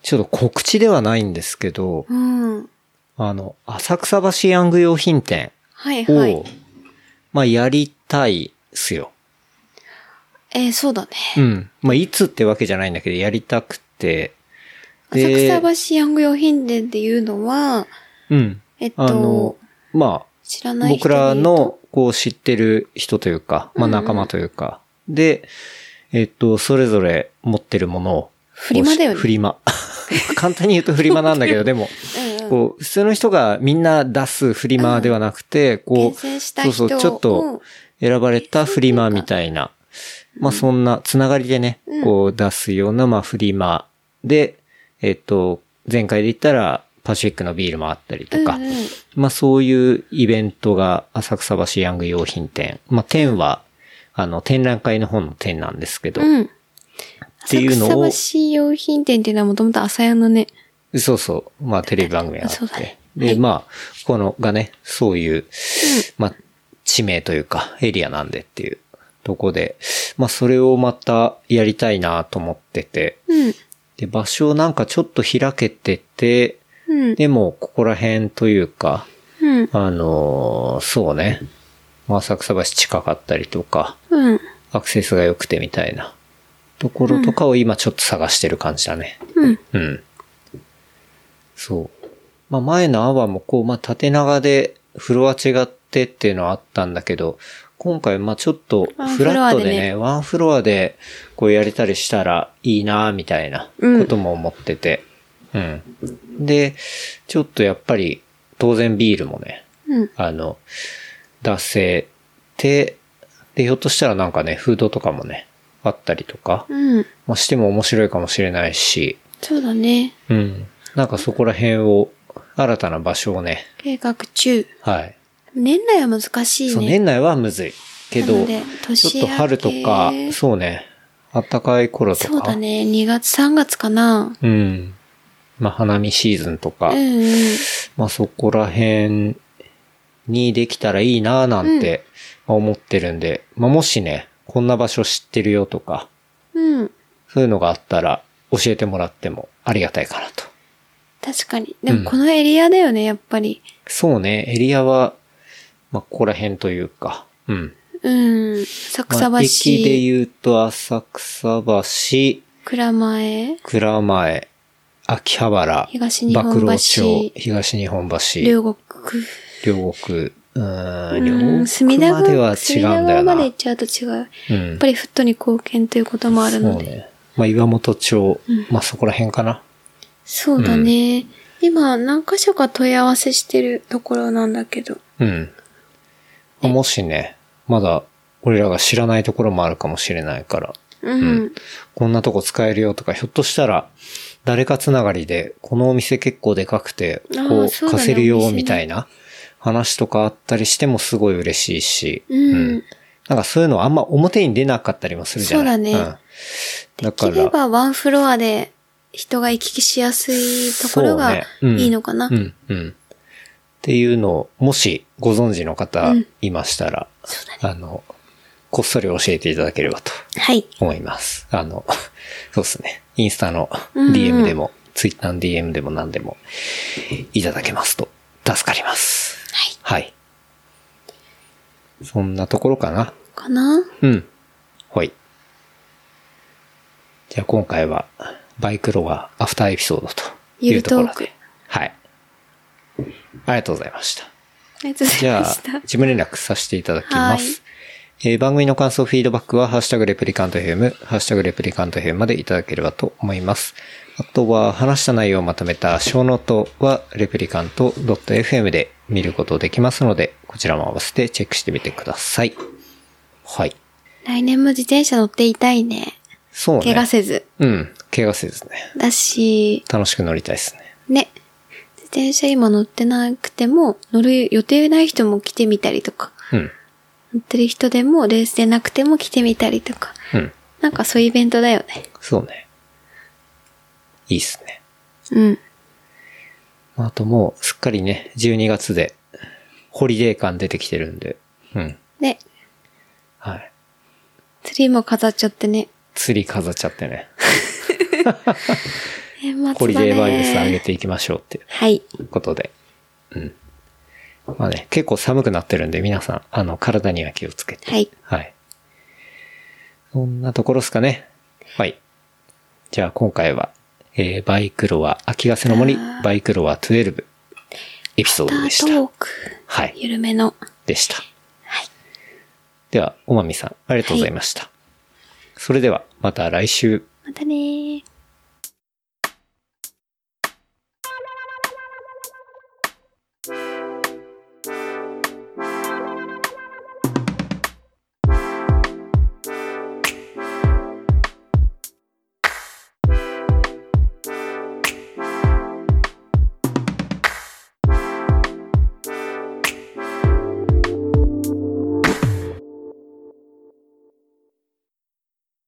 S2: ちょっと告知ではないんですけど、
S3: うん。
S2: あの、浅草橋ヤング用品店
S3: はい
S2: を、
S3: はい。
S2: まあ、やりたいっすよ。
S3: えー、そうだね。
S2: うん。まあ、いつってわけじゃないんだけど、やりたくて。
S3: 浅草橋ヤング用品店っていうのは、
S2: 橋うん。
S3: えっ
S2: あの
S3: と、、
S2: まあ、
S3: 知らない
S2: 僕
S3: 人で言うと
S2: ら、の、こう、知ってる人というか、まあ、
S3: うんうん
S2: 仲間というか、で、えっと、それぞれ持ってるものを、
S3: フリマだよね
S2: フリマ。 簡単に言うとフリマなんだけど、でも、
S3: うんうん、
S2: こう、普通の人がみんな出すフリマではなくて、
S3: 厳
S2: こう、
S3: 選した人を
S2: そうそうちょっと選ばれたフリマみたいな、まあそんなつながりでね、
S3: うん
S2: こう出すような、まあフリマで、えっと、前回で言ったらパシフィックのビールもあったりとか、
S3: うんうん
S2: まあそういうイベントが浅草橋ヤング用品店、まあ店は、あの、展覧会の方の店なんですけど、
S3: うん。
S2: ていうのを
S3: 浅草橋用品店っていうのはもともと朝屋のね、
S2: そうそう。まあ、テレビ番組があ
S3: あそう
S2: っ
S3: だ
S2: て
S3: ね。
S2: で、まあ、このがね、そういう、まあ、地名というか、エリアなんでっていうとこで、まあ、それをまたやりたいなと思ってて、
S3: うん、
S2: で、場所をなんかちょっと開けてて、
S3: うん、
S2: でも、ここら辺というか、
S3: うん、
S2: あのーそうね、まあ、浅草橋近かったりとか、
S3: うん。
S2: アクセスが良くてみたいなところとかを今ちょっと探してる感じだね。
S3: うん。
S2: うん。そう。まあ前のアワーもこう、まあ縦長でフロア違ってっていうのはあったんだけど、今回まあちょっと
S3: ワン
S2: フ
S3: フロ
S2: ラ
S3: ア
S2: ッ
S3: でね
S2: トでね、ワンフロアでこうやれたりしたらいいなみたいな
S3: うん
S2: ことも思ってて。うん。で、ちょっとやっぱり当然ビールもね、
S3: うん。
S2: あの、出せて、で、ひょっとしたらなんかね、フードとかもね、あったりとか、
S3: うん。
S2: まあ、しても面白いかもしれないし、
S3: そうだね。
S2: うん。なんかそこら辺を、新たな場所をね、
S3: 計画中。
S2: はい。
S3: 年内は難しいね。
S2: そう、年内はむずい。け
S3: な
S2: ど、
S3: ので
S2: ちょっと春とか
S3: 年明、け
S2: そうね、暖かい頃とか、
S3: そうだね。2月、3月かな。
S2: うん。まあ、花見シーズンとか、
S3: うんうん。
S2: まあそこら辺にできたらいいなぁなんてまあ思ってるんで、まあもしね、こんな場所知ってるよとか、
S3: うん。
S2: そういうのがあったら教えてもらってもありがたいかなと。
S3: 確かに。でもこのエリアだよね、やっぱり。
S2: そうね、エリアは、まあここら辺というか、うん。
S3: うん。浅草
S2: まあ、駅で
S3: 橋、
S2: 言うと浅草橋、
S3: 蔵前、
S2: 蔵前、秋葉原、
S3: 東日本橋
S2: 馬喰町、東日本橋、
S3: 両国。
S2: 両国、うー、
S3: うんん
S2: 両国までは違うんだよ
S3: 隅田川
S2: な。
S3: まで行っちゃうと違う。
S2: うん
S3: やっぱりフットに貢献ということもあるの
S2: そう
S3: で。
S2: ね。まあ、岩本町、まあそこら辺かな。
S3: そうだね。今、何箇所か問い合わせしてるところなんだけど。
S2: うん。まあもしね、まだ俺らが知らないところもあるかもしれないから、
S3: うん。
S2: こんなとこ使えるよとか、ひょっとしたら、誰かつながりで、このお店結構でかくて、
S3: あー
S2: こう、
S3: そうだね
S2: 貸せるよ、
S3: お店ね
S2: みたいな話とかあったりしてもすごい嬉しいし、
S3: うん
S2: なんかそういうのあんま表に出なかったりもするじゃない
S3: そうだ
S2: ん、
S3: ね
S2: だか
S3: できれ
S2: ら、
S3: ばワンフロアで人が行き来しやすいところ
S2: そう
S3: が
S2: ねうん
S3: いいのかな。
S2: うん、うん。っていうのを、もしご存知の方いましたら、あの、こっそり教えていただければと
S3: はい。
S2: 思います。あの、 そうですね。インスタの
S3: うんうん
S2: DM でも、ツイッターの DM でも何でもいただけますと助かります。
S3: はい。
S2: はい。そんなところかな。
S3: かな
S2: うん。ほい。じゃあ今回は、バイクロガーアフターエピソードとい
S3: ゆ
S2: う
S3: る
S2: と
S3: ト
S2: こ
S3: ー
S2: ろ
S3: ク
S2: で。。はい。ありがとうございました。
S3: ありがとうご
S2: じ
S3: ざい
S2: ゃあ
S3: ました。、
S2: 自分連絡させていただきま
S3: はい
S2: す。えー番組の感想、フィードバックは、ハッシュタグレプリカント FM、ハッシュタグレプリカント FM までいただければと思います。あとは、話した内容をまとめた小ノートは、レプリカント .fm で見ることできますので、こちらも合わせてチェックしてみてください。はい。
S3: 来年も自転車乗っていたいね。
S2: そうね。
S3: 怪我せず。
S2: うん。怪我せずね。
S3: だし、
S2: 楽しく乗りたいですね。
S3: ね。自転車今乗ってなくても、乗る予定ない人も来てみたりとか、
S2: うん。
S3: 乗ってる人でも、レースでなくても来てみたりとか、
S2: うん。
S3: なんかそういうイベントだよね。
S2: そうね。いいっすね。
S3: うん。
S2: あともう、すっかりね、12月で、ホリデー感出てきてるんで、うん。
S3: ね。
S2: はい。
S3: ツリーも飾っちゃってね。
S2: 釣り飾っちゃってね、
S3: 年末だね。
S2: ホリデーバイブス上げていきましょうってい
S3: はい。
S2: うことで、うん。まあね、結構寒くなってるんで、皆さん、あの、体には気をつけて。
S3: はい。
S2: はい。そんなところですかね。はい。じゃあ今回は、えー、バイクロア、秋ヶ瀬の森、バイクロア12、エピソードでした。
S3: アフタートーク。
S2: はい
S3: 緩めの。
S2: でした。
S3: はい。
S2: では、おまみさん、ありがとうございました。それでは、また来週。
S3: またねー。